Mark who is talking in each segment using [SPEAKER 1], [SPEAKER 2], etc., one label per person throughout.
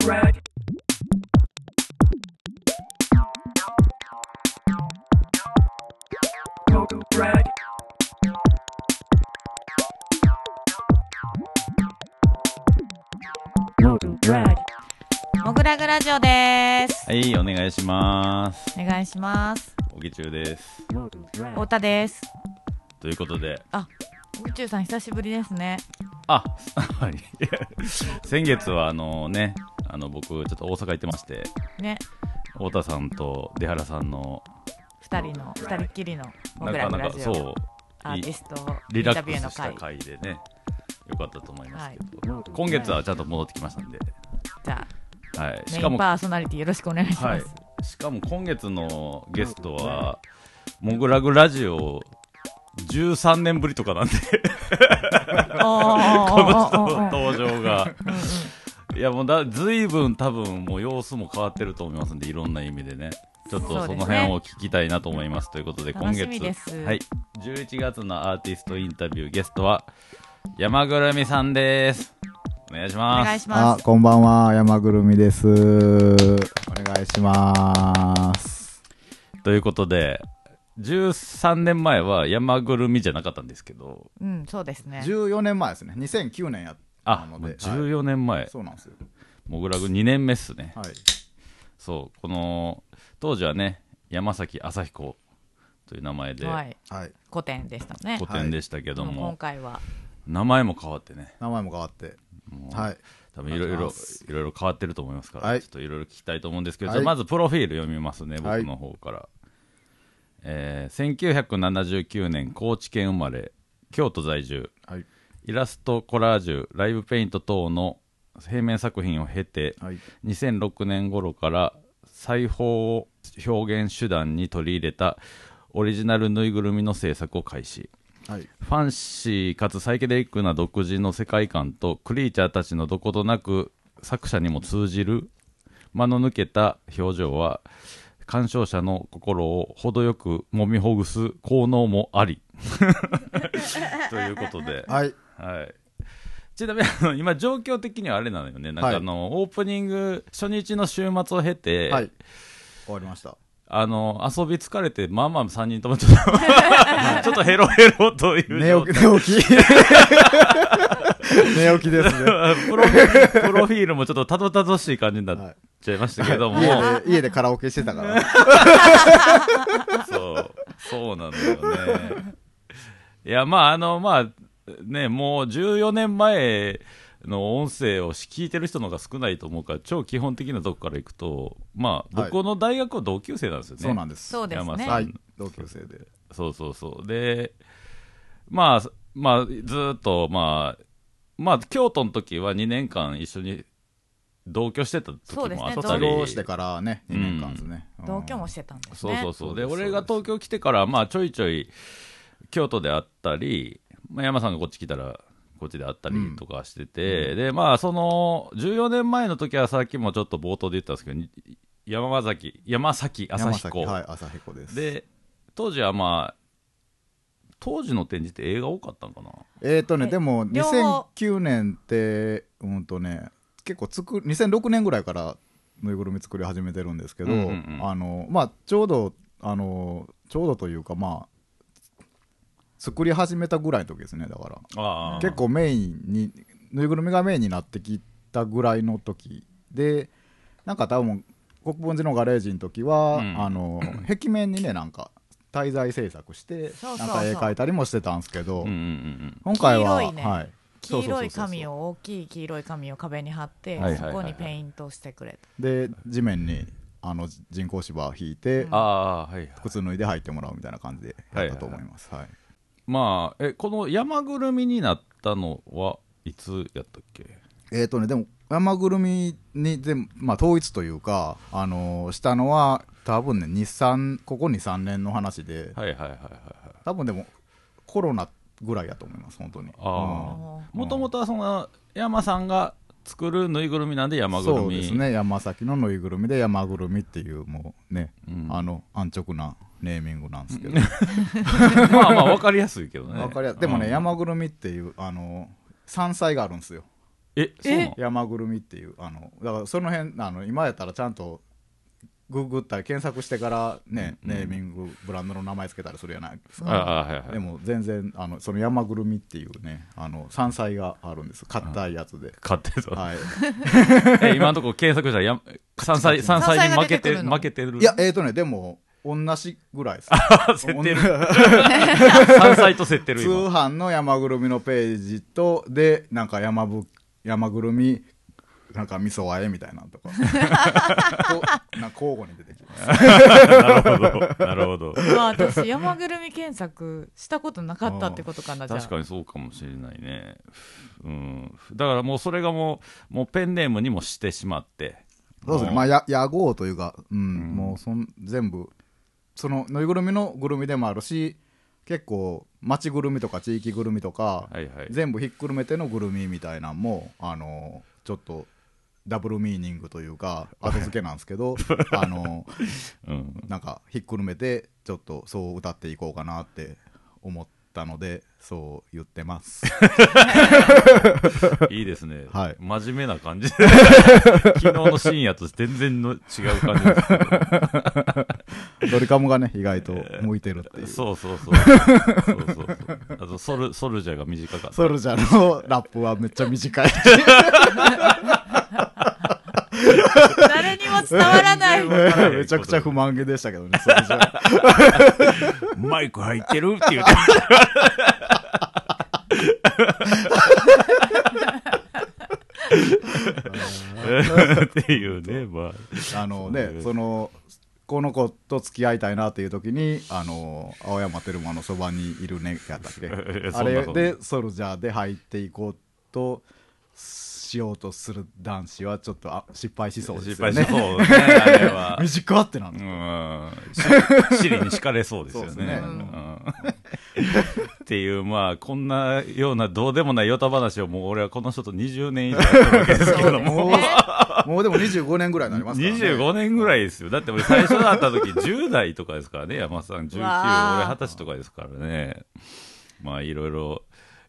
[SPEAKER 1] brag. Go to brag. Go to brag.
[SPEAKER 2] もぐらぐラジオです。
[SPEAKER 3] はい、お願いします。
[SPEAKER 2] お願いします。
[SPEAKER 3] おぎちゅうです。
[SPEAKER 1] Go to brag.
[SPEAKER 2] 太田です。
[SPEAKER 3] ということで、
[SPEAKER 2] 宇宙さん久しぶりですね。
[SPEAKER 3] あ、はい。 先月はあのね、あの僕ちょっと大阪行ってまして、
[SPEAKER 2] ね、
[SPEAKER 3] 太田さんと出原さんの
[SPEAKER 2] 二人の二人っきりのも
[SPEAKER 3] な
[SPEAKER 2] ぐ
[SPEAKER 3] か
[SPEAKER 2] らぐ
[SPEAKER 3] な
[SPEAKER 2] ラ
[SPEAKER 3] か
[SPEAKER 2] ジオ
[SPEAKER 3] そう
[SPEAKER 2] アーティストイ
[SPEAKER 3] リ
[SPEAKER 2] ン
[SPEAKER 3] ラ
[SPEAKER 2] タ
[SPEAKER 3] ック
[SPEAKER 2] ビューの
[SPEAKER 3] スした
[SPEAKER 2] 会。
[SPEAKER 3] 回でね、良かったと思いますけど、
[SPEAKER 1] はい
[SPEAKER 3] 今月はちゃんと戻ってきましたんで、
[SPEAKER 2] じゃ
[SPEAKER 3] はい。
[SPEAKER 2] あ
[SPEAKER 3] し
[SPEAKER 2] メイ
[SPEAKER 3] か
[SPEAKER 2] ン
[SPEAKER 3] も
[SPEAKER 2] パーソナリティよろしくお願いします。
[SPEAKER 3] はいしかも今月のゲストはモグラグラジオ13年ぶりとかなんで
[SPEAKER 2] おーおーおーおーおー
[SPEAKER 3] 登場が。いやもうだずいぶん多分もう様子も変わってると思いますんでいろんな意味でねちょっと
[SPEAKER 2] そう
[SPEAKER 3] そ
[SPEAKER 2] ですね
[SPEAKER 3] の辺を聞きたいなと思いますということで今
[SPEAKER 2] 楽
[SPEAKER 3] 月
[SPEAKER 2] しみです
[SPEAKER 3] はい、11月のアーティストインタビューゲストは山ぐるみさんですお願いし
[SPEAKER 2] お
[SPEAKER 3] ます
[SPEAKER 2] 願いしま
[SPEAKER 4] あ
[SPEAKER 2] す。、
[SPEAKER 4] こんばんは、山ぐるみです。お願いします。
[SPEAKER 3] ということで13年前は山ぐるみじゃなかったんですけど
[SPEAKER 2] うん、そうですね。
[SPEAKER 4] 14年前ですね。2009年やった
[SPEAKER 3] あも
[SPEAKER 4] の
[SPEAKER 3] う
[SPEAKER 4] で。はい
[SPEAKER 3] 14年前、
[SPEAKER 4] そうなんですよ。
[SPEAKER 3] モグラグ2年目っすね
[SPEAKER 4] はい。
[SPEAKER 3] そうこの当時はね山崎朝彦という名前で
[SPEAKER 2] はい、
[SPEAKER 4] はい。
[SPEAKER 2] 古典でしたね
[SPEAKER 3] 古。典でしたけども、
[SPEAKER 2] 今回は
[SPEAKER 3] 名前も変わってね
[SPEAKER 4] 名前も変わって。
[SPEAKER 3] もう
[SPEAKER 4] はい。
[SPEAKER 3] 多分いろい
[SPEAKER 4] お願い
[SPEAKER 3] ろ
[SPEAKER 4] します
[SPEAKER 3] いろいろ変わってると思いますから、
[SPEAKER 4] はい
[SPEAKER 3] ちょっといろいろ聞きたいと思うんですけど、
[SPEAKER 4] はい
[SPEAKER 3] じゃあまずプロフィール読みますね
[SPEAKER 4] はい
[SPEAKER 3] 僕の方から、えー1979年高知県生まれ京都在住
[SPEAKER 4] はい。
[SPEAKER 3] イラストコラージュライブペイント等の平面作品を経て
[SPEAKER 4] はい。
[SPEAKER 3] 2006年頃から裁縫を表現手段に取り入れたオリジナルぬいぐるみの制作を開始
[SPEAKER 4] はい。
[SPEAKER 3] ファンシーかつサイケデリックな独自の世界観とクリーチャーたちのどことなく作者にも通じる間の抜けた表情は鑑賞者の心を程よく揉みほぐす効能もあ りということで、
[SPEAKER 4] はい。
[SPEAKER 3] はい、ちなみにあの今状況的にはあれなのよねなん
[SPEAKER 4] はい
[SPEAKER 3] かあの、オープニング初日の週末を経て、
[SPEAKER 4] はい。終わりました。
[SPEAKER 3] あの遊び疲れてまあまあ3人ともちょっ とちょっとヘロヘロという
[SPEAKER 4] 寝
[SPEAKER 3] 状態
[SPEAKER 4] 起き、寝起き。寝起きですね。
[SPEAKER 3] プロフィールプロフィールもちょっとたどたどしい感じになっちゃいましたけども、
[SPEAKER 4] 家で、家でカラオケしてたから。
[SPEAKER 3] そうそうなんだよねいやまああのまあねもう14年前の音声を聞いてる人の方が少ないと思うから超基本的なとこからいくとまあ
[SPEAKER 4] はい
[SPEAKER 3] 僕の大学は同級生なんですよね、
[SPEAKER 4] そうなんです。
[SPEAKER 2] そうです
[SPEAKER 3] 山
[SPEAKER 2] ね。
[SPEAKER 3] さん
[SPEAKER 4] はい。同級生で。
[SPEAKER 3] そうそうそうでまあまあずーっとまあまあ京都の時は2年間一緒に同居してた
[SPEAKER 2] そう
[SPEAKER 3] 時
[SPEAKER 2] です
[SPEAKER 3] も
[SPEAKER 2] ね
[SPEAKER 3] あった
[SPEAKER 4] 過
[SPEAKER 3] り
[SPEAKER 4] ごしてからね、2年間ですね。うん
[SPEAKER 2] 同居もしてたんです
[SPEAKER 3] そう
[SPEAKER 2] ね。
[SPEAKER 3] そうそう、
[SPEAKER 4] ね
[SPEAKER 3] で
[SPEAKER 4] そうです
[SPEAKER 3] 俺が東京来てから、まあ、ちょいちょい京都であったり、まあ、山さんがこっち来たらこっちであったりとかしてて、でまあその14年前の時はさっきもちょっと冒頭で言ったんですけどに山崎山崎朝
[SPEAKER 4] 山崎
[SPEAKER 3] 彦、
[SPEAKER 4] はい、朝彦です。
[SPEAKER 3] で当時はまあ当時の展示って映画多かったのかな
[SPEAKER 4] えーとね、
[SPEAKER 2] え
[SPEAKER 4] でも
[SPEAKER 2] 両方
[SPEAKER 4] 2009年って、うんとね、結構つく、2006年ぐらいからぬいぐるみ作り始めてるんですけど、
[SPEAKER 3] うんうんうん
[SPEAKER 4] あのまあ、ちょうどあの、ちょうどというか、まあ、作り始めたぐらいの時ですね、だか
[SPEAKER 3] あ
[SPEAKER 4] ら、
[SPEAKER 3] あ
[SPEAKER 4] 結構メインに、ぬいぐるみがメインになってきたぐらいの時で、なんか多分国分寺のガレージの時は、
[SPEAKER 3] うん
[SPEAKER 4] あの壁面にね、なんか、滞在制作して、
[SPEAKER 2] そうそうそう
[SPEAKER 4] なんか絵描いたりもしてたんですけど。
[SPEAKER 3] うんうんうん
[SPEAKER 4] 今回は
[SPEAKER 2] 黄色いね
[SPEAKER 4] はい、
[SPEAKER 2] 黄色い
[SPEAKER 4] そうそうそうそう
[SPEAKER 2] 紙を大きい黄色い紙を壁に貼って、
[SPEAKER 3] はいはいはい
[SPEAKER 2] そ
[SPEAKER 3] はい
[SPEAKER 2] こにペイントしてくれた。
[SPEAKER 4] で地面にあのじ人工芝を引いて、
[SPEAKER 2] うん
[SPEAKER 3] ああはいはい
[SPEAKER 4] 靴脱いで履いてもらうみたいな感じでやったと思います、はい
[SPEAKER 3] まあえこの山ぐるみになったのはいつやったっけ
[SPEAKER 4] えっ、とねでも山ぐるみに全、まあ、統一というか、あのーしたのは多分ね23ここ23年の話で
[SPEAKER 3] はいはいはいはいはい
[SPEAKER 4] 多分でもコロナぐらいやと思います本当に
[SPEAKER 3] あ
[SPEAKER 4] うん
[SPEAKER 2] おー
[SPEAKER 3] もともとはその山さんが作るぬいぐるみなんで山ぐるみ
[SPEAKER 4] そうですね山崎のぬいぐるみで山ぐるみっていうもうね、
[SPEAKER 3] うん
[SPEAKER 4] あの安直なネーミングなんです けど
[SPEAKER 3] まあまあ分かりやすいけどね
[SPEAKER 4] わかりやでもね、
[SPEAKER 3] うん
[SPEAKER 4] 山ぐるみっていうあの山菜があるんですよ
[SPEAKER 3] えそうなの
[SPEAKER 4] 山ぐるみっていうあのだからその辺あの今やったらちゃんとググったり検索してからね、
[SPEAKER 3] うんうん
[SPEAKER 4] ネーミングブランドの名前つけたりするやないです
[SPEAKER 3] あ
[SPEAKER 4] か、
[SPEAKER 3] あはいはい
[SPEAKER 4] でも全然あのその山ぐるみっていうねあの山菜があるんです硬い やつで、
[SPEAKER 3] 買ってた、
[SPEAKER 4] はい、
[SPEAKER 3] え今のところ検索したらや山菜山菜に負け
[SPEAKER 2] 山菜が出てく
[SPEAKER 3] て
[SPEAKER 2] るの
[SPEAKER 3] 負けてる
[SPEAKER 4] いやえっ、ー、とねでも同じぐら いです
[SPEAKER 3] 競ってる
[SPEAKER 4] 同じ
[SPEAKER 3] 山菜と競ってる
[SPEAKER 4] 通
[SPEAKER 3] 今
[SPEAKER 4] 販の山ぐるみのページとでなんか山ぶ山ぐるみなんか味噌和えみたいなの とかこうなんか交互に出てきます
[SPEAKER 3] なるほどなる ほど
[SPEAKER 2] まあ私山ぐるみ検索したことなかったってことかなじゃあ
[SPEAKER 3] 確かにそうかもしれないねうんだからもうそれがもうもうペンネームにもしてしまって
[SPEAKER 4] そうですね、
[SPEAKER 3] ん
[SPEAKER 4] まあ、や野号というか、うん
[SPEAKER 3] ん
[SPEAKER 4] もうそん全部、そのぬいぐるみのぐるみでもあるし、結構、町ぐるみとか地域ぐるみとか、
[SPEAKER 3] はいはい
[SPEAKER 4] 全部ひっくるめてのぐるみみたいなんも、あのちょっとダブルミーニングというか、後付けなんですけ ど、あの
[SPEAKER 3] うん、
[SPEAKER 4] なんかひっくるめて、ちょっとそう歌っていこうかなって思ったので、そう言ってます。
[SPEAKER 3] いいですね、
[SPEAKER 4] はい
[SPEAKER 3] 真面目な感じで 昨日の深夜と全然の違う感じです けど
[SPEAKER 4] ドリカムがね、意外と向いてるっていう。
[SPEAKER 3] そうそうそうそうそうそうあとソルソルジャーが短かった
[SPEAKER 4] ソルジャーのラップはめっちゃ短 い。
[SPEAKER 2] 誰にも伝わらない
[SPEAKER 3] 全然わからない
[SPEAKER 4] めちゃくちゃ不満げでしたけど ね、それじゃ。
[SPEAKER 3] マイク入ってる って言ってた っていうねま
[SPEAKER 4] あのね、その、この子と付き合いたいなっていう時に、あの、青山テルマのそば にいるね、やったっけ
[SPEAKER 3] え。そ
[SPEAKER 4] あ
[SPEAKER 3] んな
[SPEAKER 4] れ
[SPEAKER 3] こと
[SPEAKER 4] で、ソルジャーで入っていこうと、しようとする男子はちょっとあ失敗しそ
[SPEAKER 3] あ
[SPEAKER 4] うで
[SPEAKER 3] 失
[SPEAKER 4] す
[SPEAKER 3] 敗
[SPEAKER 4] よ
[SPEAKER 3] し
[SPEAKER 4] ね。
[SPEAKER 3] そうねあれは
[SPEAKER 4] 短ってなん
[SPEAKER 3] う
[SPEAKER 4] だ。
[SPEAKER 3] ん シリに敷かれそうですよね。
[SPEAKER 4] そうですね
[SPEAKER 3] うん っていう、まあ、こんなようなどうでもないヨタ話をもう俺はこの人と20年以上やってるわけですけども。
[SPEAKER 4] もう、もうでも25年ぐらいになりますからね。
[SPEAKER 3] 25年ぐらいですよ。だって俺最初だった 時10代とかですからね、山田さん19、
[SPEAKER 2] わあ
[SPEAKER 3] 俺20歳とかですからね。まあいろいろ、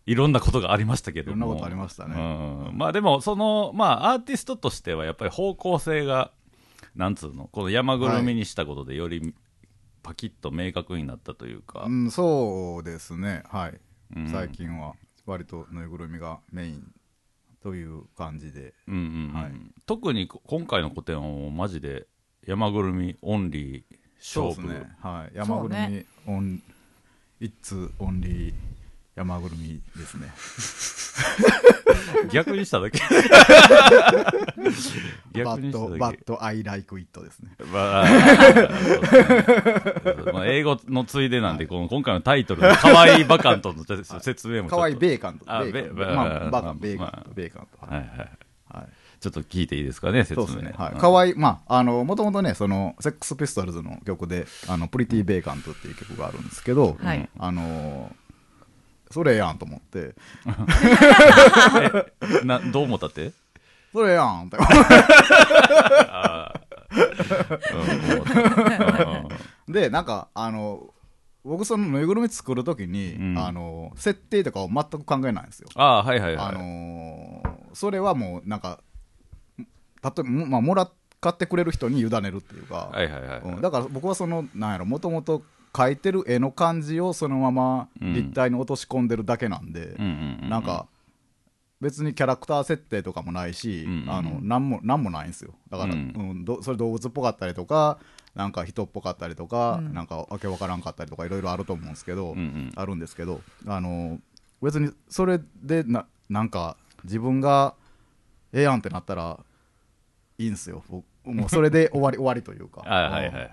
[SPEAKER 3] いろんなことがありましたけども。
[SPEAKER 4] いろんなことありましたね
[SPEAKER 3] うん。まあでも、その、まあアーティストとしてはやっぱり方向性が、なんつうの、この山ぐるみにしたことでよりパキッと明確になったというか。
[SPEAKER 4] うん、そうですね、はい、
[SPEAKER 3] うん
[SPEAKER 4] 最近は割とぬいぐるみがメインという感じで、
[SPEAKER 3] うんうんうん
[SPEAKER 4] はい
[SPEAKER 3] 特にこ今回の個展はもうマジで山ぐるみオンリー勝負
[SPEAKER 4] そうですね、はい、山ぐる
[SPEAKER 2] そ
[SPEAKER 4] み、
[SPEAKER 2] うね
[SPEAKER 4] オン、一通オンリー山ぐるみですね。
[SPEAKER 3] 逆にしただ け
[SPEAKER 4] バ
[SPEAKER 3] 逆
[SPEAKER 4] ッ
[SPEAKER 3] にした
[SPEAKER 4] ド、
[SPEAKER 3] だけ
[SPEAKER 4] バッド、アイライクイットですね。
[SPEAKER 3] まあ、 まあ英語のついでなんで、この今回のタイトルの可愛いバカンとのせ説明もちょっと
[SPEAKER 4] 可愛いベーカンと、ベ
[SPEAKER 3] あ
[SPEAKER 4] ーカンと、
[SPEAKER 3] ベー
[SPEAKER 4] まあ、バカ
[SPEAKER 3] まあ
[SPEAKER 4] ン、ベーカ
[SPEAKER 3] ま
[SPEAKER 4] ン
[SPEAKER 3] あ
[SPEAKER 4] と、ベーカンと、
[SPEAKER 3] はいはい
[SPEAKER 4] はい。
[SPEAKER 3] ちょっと聞いていいですかね説
[SPEAKER 4] そ
[SPEAKER 3] 明
[SPEAKER 4] うですね。はい。可愛いまあ、あの、もともとね、その、セックスピストルズの曲で、あの、プリティ・ベーカントっていう曲があるんですけど、
[SPEAKER 2] はい
[SPEAKER 4] あのそれやんと思って、
[SPEAKER 3] いなどう思ったって
[SPEAKER 4] それやんって。
[SPEAKER 3] うん思ったうんうん
[SPEAKER 4] で、なんか、あの、僕そのぬいぐるみ作るときに、
[SPEAKER 3] うん
[SPEAKER 4] あの、設定とかを全く考えないんですよ。
[SPEAKER 3] ああはいはいはい
[SPEAKER 4] あのーそれはもうなんか例えば、もまあ、もらっ買ってくれる人に委ねるっていうか、
[SPEAKER 3] はいはいはい
[SPEAKER 4] うんだから僕はそのなんやろもともと描いてる絵の感じをそのまま
[SPEAKER 3] うん
[SPEAKER 4] 立体に落とし込んでるだけなんで、
[SPEAKER 3] うんうんうん
[SPEAKER 4] なんか別にキャラクター設定とかもないし、
[SPEAKER 3] うんうん
[SPEAKER 4] あのなんもなんもないんですよだから、
[SPEAKER 3] う
[SPEAKER 4] うんんどそれ動物っぽかったりとかなんか人っぽかったりとか、
[SPEAKER 2] うん
[SPEAKER 4] なんかわけわからんかったりとかいろいろあると思うんですけど、
[SPEAKER 3] うんうん
[SPEAKER 4] あるんですけど、あの別にそれでななんか自分がええやんってなったらいいんすよ僕もうそれで終わり 終わりというか。
[SPEAKER 3] あはいはいは
[SPEAKER 4] うん
[SPEAKER 3] い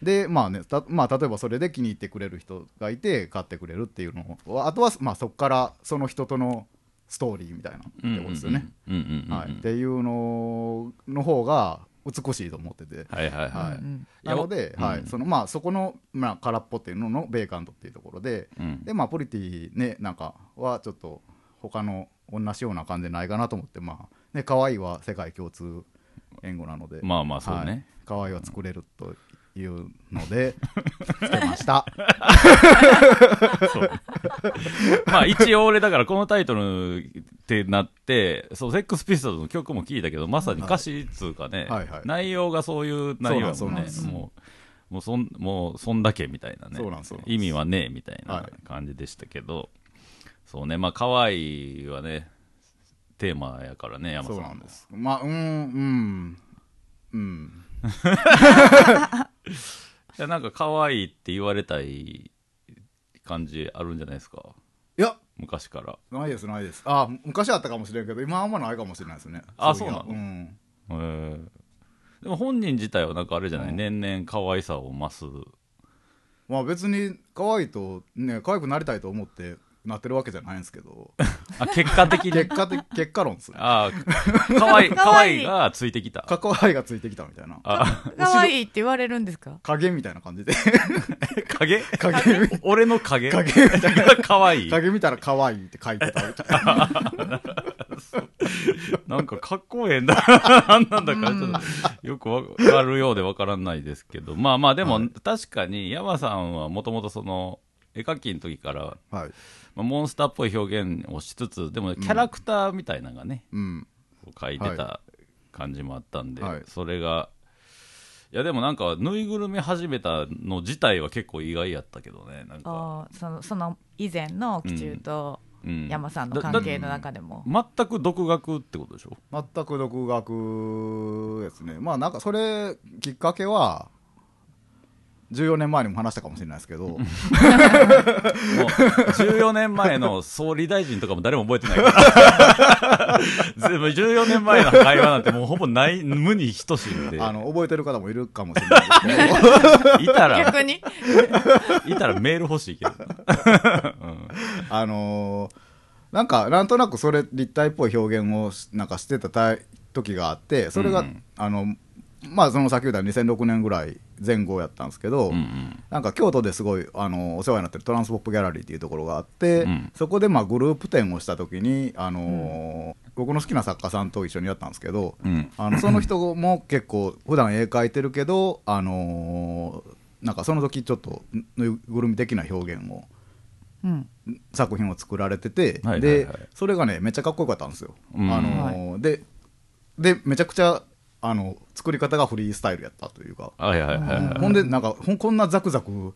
[SPEAKER 4] でまあねたまあ、例えばそれで気に入ってくれる人がいて買ってくれるっていうのをあとは、まあ、そこからその人とのストーリーみたいなってことですよね。
[SPEAKER 3] うんうんうんうん
[SPEAKER 4] はい、っていうのの方が美しいと思ってて。
[SPEAKER 3] はいはい
[SPEAKER 4] は
[SPEAKER 3] はい
[SPEAKER 2] うんうん
[SPEAKER 4] なので、
[SPEAKER 3] いや
[SPEAKER 4] は
[SPEAKER 3] う
[SPEAKER 4] い
[SPEAKER 3] ん
[SPEAKER 4] そのまあ、そこの、まあ、空っぽっていうののベーカントっていうところで、
[SPEAKER 3] うん
[SPEAKER 4] でまあポリティねなんかはちょっと他の同じような感じでないかなと思ってまあね可愛いは世界共通言語なので
[SPEAKER 3] まあまあそうね
[SPEAKER 4] はい、可愛いは作れるというので つけま した
[SPEAKER 3] まあ一応俺だからこのタイトルってなってそうセックスピストルズの曲も聞いたけどまさに歌詞っつうかね、
[SPEAKER 4] はいはい
[SPEAKER 3] 内容がそういう内容や
[SPEAKER 4] そ
[SPEAKER 3] も
[SPEAKER 4] うんなん
[SPEAKER 3] ね
[SPEAKER 4] です
[SPEAKER 3] もうもうそんもうそんだけみたいなね
[SPEAKER 4] そうなんですそうなんです
[SPEAKER 3] 意味はねえみたいな
[SPEAKER 4] は
[SPEAKER 3] 感じでしたけど、そうねまあ可愛いはねテーマやからね山さ
[SPEAKER 4] そ
[SPEAKER 3] ん
[SPEAKER 4] う
[SPEAKER 3] の
[SPEAKER 4] なんですまあうんうんうん
[SPEAKER 3] いやなんか可愛いって言われたい感じあるんじゃないですか
[SPEAKER 4] いや
[SPEAKER 3] 昔から
[SPEAKER 4] ないですないですあ昔あったかもしれんけど今はあんまないかもしれないですね
[SPEAKER 3] あ
[SPEAKER 4] いや
[SPEAKER 3] そうなの
[SPEAKER 4] ん
[SPEAKER 3] へーでも本人自体はなんかあれじゃない、
[SPEAKER 4] うん
[SPEAKER 3] 年々可愛さを増す
[SPEAKER 4] まあ別に可愛いとね可愛くなりたいと思ってなってるわけじゃないんです けど
[SPEAKER 3] あ結果的
[SPEAKER 4] 結
[SPEAKER 3] に
[SPEAKER 4] 果的結果論ですね
[SPEAKER 3] ああ 可愛い可
[SPEAKER 2] 可愛
[SPEAKER 3] 愛い
[SPEAKER 2] い
[SPEAKER 3] がついてきた
[SPEAKER 4] か可愛いがついてきたみたいな
[SPEAKER 3] あ
[SPEAKER 2] 可愛いって言われるんですか
[SPEAKER 4] 影みたいな感じで
[SPEAKER 3] 影
[SPEAKER 4] 影
[SPEAKER 3] 俺の影
[SPEAKER 4] 影みたい
[SPEAKER 3] が 可愛い
[SPEAKER 4] な影見たら可愛いって書いてたみたいな
[SPEAKER 3] なんかかっこええな なんだかちょっとよくわかるようでわからないですけどまあまあでも確かに山さんはもともとその絵描きの時から、
[SPEAKER 4] はい
[SPEAKER 3] まあ、モンスターっぽい表現をしつつでもキャラクターみたいなのがね、
[SPEAKER 4] うん
[SPEAKER 3] こう書いてた感じもあったんで、
[SPEAKER 4] はい
[SPEAKER 3] それがいやでもなんかぬいぐるみ始めたの自体は結構意外やったけどねなん
[SPEAKER 2] あ
[SPEAKER 3] か、
[SPEAKER 2] ーそのその以前の紀中と
[SPEAKER 3] うん、
[SPEAKER 2] 山さんの
[SPEAKER 3] だ
[SPEAKER 2] 関
[SPEAKER 3] だ
[SPEAKER 2] 係の中でも、
[SPEAKER 3] 全く独学ってことでしょ
[SPEAKER 4] 全く独学ですねまあなんかそれきっかけは14年前にも話したかもしれないですけ ど
[SPEAKER 3] もう14年前の総理大臣とかも誰も覚えてないから全部 14年前の会話なんてもうほぼない無に等しいんで
[SPEAKER 4] あの覚えてる方もいるかもしれな いですけど
[SPEAKER 3] いたら
[SPEAKER 2] 逆に
[SPEAKER 3] いたらメール欲しいけど、
[SPEAKER 4] あのーなんかなんとなくそれ立体っぽい表現をしなんかしてたた時があってそれが、
[SPEAKER 3] うん
[SPEAKER 4] あのまあその先ほど言った2006年ぐらい前後やったんですけど、
[SPEAKER 3] うんうん
[SPEAKER 4] なんか京都ですごいあのお世話になってるトランスポップギャラリーっていうところがあって、
[SPEAKER 3] うん
[SPEAKER 4] そこでまあグループ展をした時に、あのー僕の好きな作家さんと一緒にやったんですけど、
[SPEAKER 3] うん
[SPEAKER 4] あのその人も結構普段絵描いてるけど、あのーなんかその時ちょっとぬいぐるみ的な表現を
[SPEAKER 2] うん
[SPEAKER 4] 作品を作られてて、
[SPEAKER 3] はいはいはい
[SPEAKER 4] でそれがねめっちゃかっこよかったんですよ。
[SPEAKER 3] うん
[SPEAKER 4] あのーででめちゃくちゃあの作り方がフリースタイルやったというか。
[SPEAKER 3] はいはいはいはい、
[SPEAKER 4] ほんでなんかほんこんなザクザク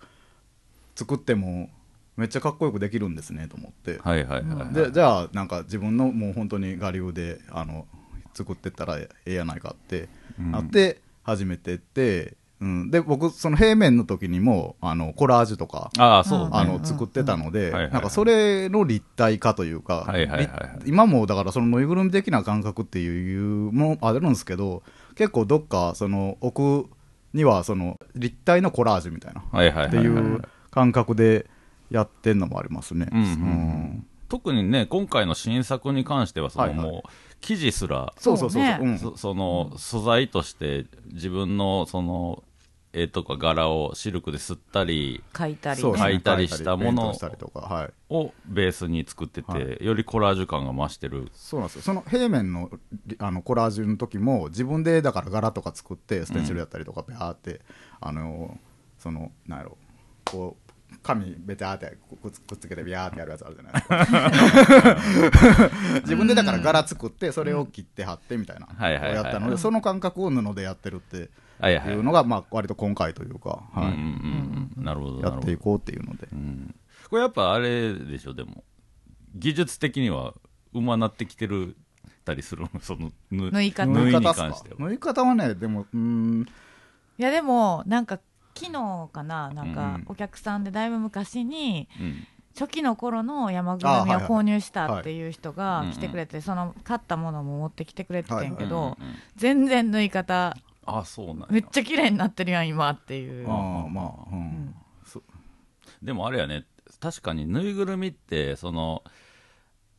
[SPEAKER 4] 作ってもめっちゃかっこよくできるんですねと思って、
[SPEAKER 3] はいはいはいはい
[SPEAKER 4] でじゃあなんか自分のもう本当に我流であの作ってったらええやないかって
[SPEAKER 3] うん
[SPEAKER 4] なって始めてって、うん、で僕その平面の時にもあのコラージュとか
[SPEAKER 3] ああそうね
[SPEAKER 4] あの作ってたので、
[SPEAKER 3] はいはいはい
[SPEAKER 4] なんかそれの立体化というか、
[SPEAKER 3] はいはいはいはい
[SPEAKER 4] り今もだからそのぬいぐるみ的な感覚っていうもあるんですけど結構どっかその奥にはその立体のコラージュみたいな
[SPEAKER 3] はいはい
[SPEAKER 4] っ
[SPEAKER 3] は
[SPEAKER 4] て
[SPEAKER 3] いはいいはいう
[SPEAKER 4] 感覚でやってんのもありますね。
[SPEAKER 3] うんうんうん特にね今回の新作に関してはその、
[SPEAKER 4] はいはい
[SPEAKER 3] もう記事すら
[SPEAKER 4] そうそうそうそう、
[SPEAKER 2] ね
[SPEAKER 4] うん
[SPEAKER 3] そその素材として自分のその絵とか柄をシルクで吸ったり
[SPEAKER 2] 書いたり、
[SPEAKER 4] そうです
[SPEAKER 2] ね、
[SPEAKER 4] ね
[SPEAKER 3] 書いたりしたもの
[SPEAKER 4] 書いたりペイントしたりとか、はい、
[SPEAKER 3] をベースに作ってて、
[SPEAKER 4] は
[SPEAKER 3] よりコラージュ感が増してる
[SPEAKER 4] そうなんですよその平面のりあのコラージュの時も自分でだから柄とか作ってステンシルやったりとかペアーって、あのそのなんやろこう紙ベターってくっつくっつけてビャーってやるやつあるじゃないですか 自分でだから柄作ってそれを切って貼ってみたいな、
[SPEAKER 3] はいはいはい
[SPEAKER 4] をやったのでその感覚を布でやってるってい
[SPEAKER 3] はいはい、
[SPEAKER 4] う
[SPEAKER 3] うん
[SPEAKER 4] のが、まあ、割と今回というか、
[SPEAKER 3] うん
[SPEAKER 4] はい
[SPEAKER 3] うんなるほどなる
[SPEAKER 4] や
[SPEAKER 3] ほ
[SPEAKER 4] って
[SPEAKER 3] ど
[SPEAKER 4] いこうっていうので
[SPEAKER 3] うんこれやっぱあれでしょでも技術的には馬なってきてるたりするそのぬ
[SPEAKER 2] 縫い方
[SPEAKER 3] 縫いに
[SPEAKER 4] っすか
[SPEAKER 3] 関しては
[SPEAKER 4] 縫い方はねでもうーん
[SPEAKER 2] いやでもなんか昨日かななん
[SPEAKER 3] うんう
[SPEAKER 2] か
[SPEAKER 3] ん
[SPEAKER 2] お客さんでだいぶ昔に
[SPEAKER 3] うん
[SPEAKER 2] 初期の頃の山組を
[SPEAKER 4] あはいはい
[SPEAKER 2] 購入したっていう人が来てくれて、その買ったものも持ってきてくれててんけど、
[SPEAKER 3] うんうんうん
[SPEAKER 2] 全然縫い方
[SPEAKER 3] あそうなんや
[SPEAKER 2] めっちゃ綺麗になってるやん今っていう
[SPEAKER 4] ああまあ、うん
[SPEAKER 2] ん
[SPEAKER 3] でもあれやね確かにぬいぐるみってその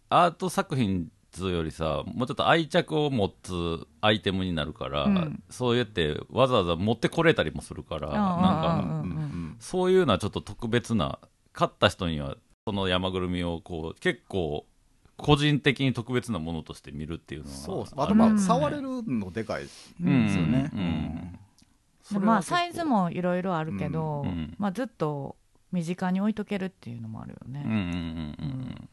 [SPEAKER 3] アート作品っつうよりさもうちょっと愛着を持つアイテムになるから、
[SPEAKER 2] うん
[SPEAKER 3] そうやってわざわざ持ってこれたりもするから
[SPEAKER 2] あ
[SPEAKER 3] なん
[SPEAKER 2] うんう
[SPEAKER 3] か
[SPEAKER 2] ん
[SPEAKER 4] うんうん
[SPEAKER 3] そういうのはちょっと特別な買った人にはその山ぐるみをこう結構個人的に特別なものとして見るっていうのは
[SPEAKER 4] そうっす
[SPEAKER 3] あ
[SPEAKER 4] あと
[SPEAKER 3] る
[SPEAKER 4] ま
[SPEAKER 2] う
[SPEAKER 4] あ
[SPEAKER 2] ん
[SPEAKER 4] 触れるのでかいです
[SPEAKER 3] うん
[SPEAKER 4] よね、
[SPEAKER 3] うんうんそれ
[SPEAKER 2] ま
[SPEAKER 3] は
[SPEAKER 2] あ
[SPEAKER 3] 結構
[SPEAKER 2] サイズもいろいろあるけど、
[SPEAKER 3] うんうん
[SPEAKER 2] まあ、ずっと身近に置いとけるっていうのもあるよ
[SPEAKER 3] うんうん
[SPEAKER 2] ね、
[SPEAKER 3] うんうんうん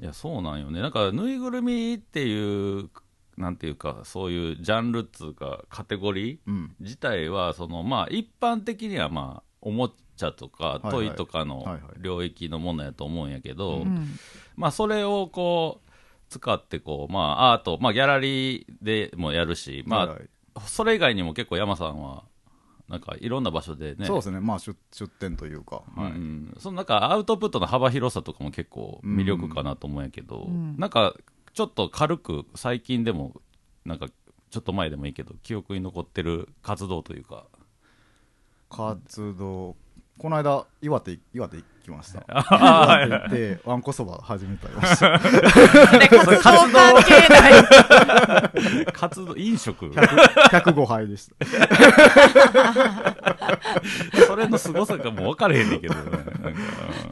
[SPEAKER 3] いやそうなんよねなんかぬいぐるみっていうなんていうかそういうジャンルっつうかカテゴリー
[SPEAKER 4] うん
[SPEAKER 3] 自体はそのまあ一般的にはまあおもちゃとか
[SPEAKER 4] いはい
[SPEAKER 3] トイとかの
[SPEAKER 4] はいはい
[SPEAKER 3] 領域のものやと思うんやけど、
[SPEAKER 2] うん
[SPEAKER 3] まあそれをこう使ってこうまあアートまあギャラリーでもやるしまあ、
[SPEAKER 4] はいはい
[SPEAKER 3] それ以外にも結構山さんはなんかいろんな場所でね
[SPEAKER 4] そうですねまあ出出店というか、
[SPEAKER 3] う
[SPEAKER 4] はい
[SPEAKER 3] ん、そのなんかアウトプットの幅広さとかも結構魅力かなと思うんやけど、
[SPEAKER 2] うん
[SPEAKER 3] なんかちょっと軽く最近でもなんかちょっと前でもいいけど記憶に残ってる活動という か
[SPEAKER 4] 活動この間岩手岩手行きま した岩手行ってわんこそば始めたりました
[SPEAKER 2] で活動関係ない
[SPEAKER 3] 活動飲 食
[SPEAKER 4] 105杯でした
[SPEAKER 3] それの凄さがもう分かれへんねんけどねなんか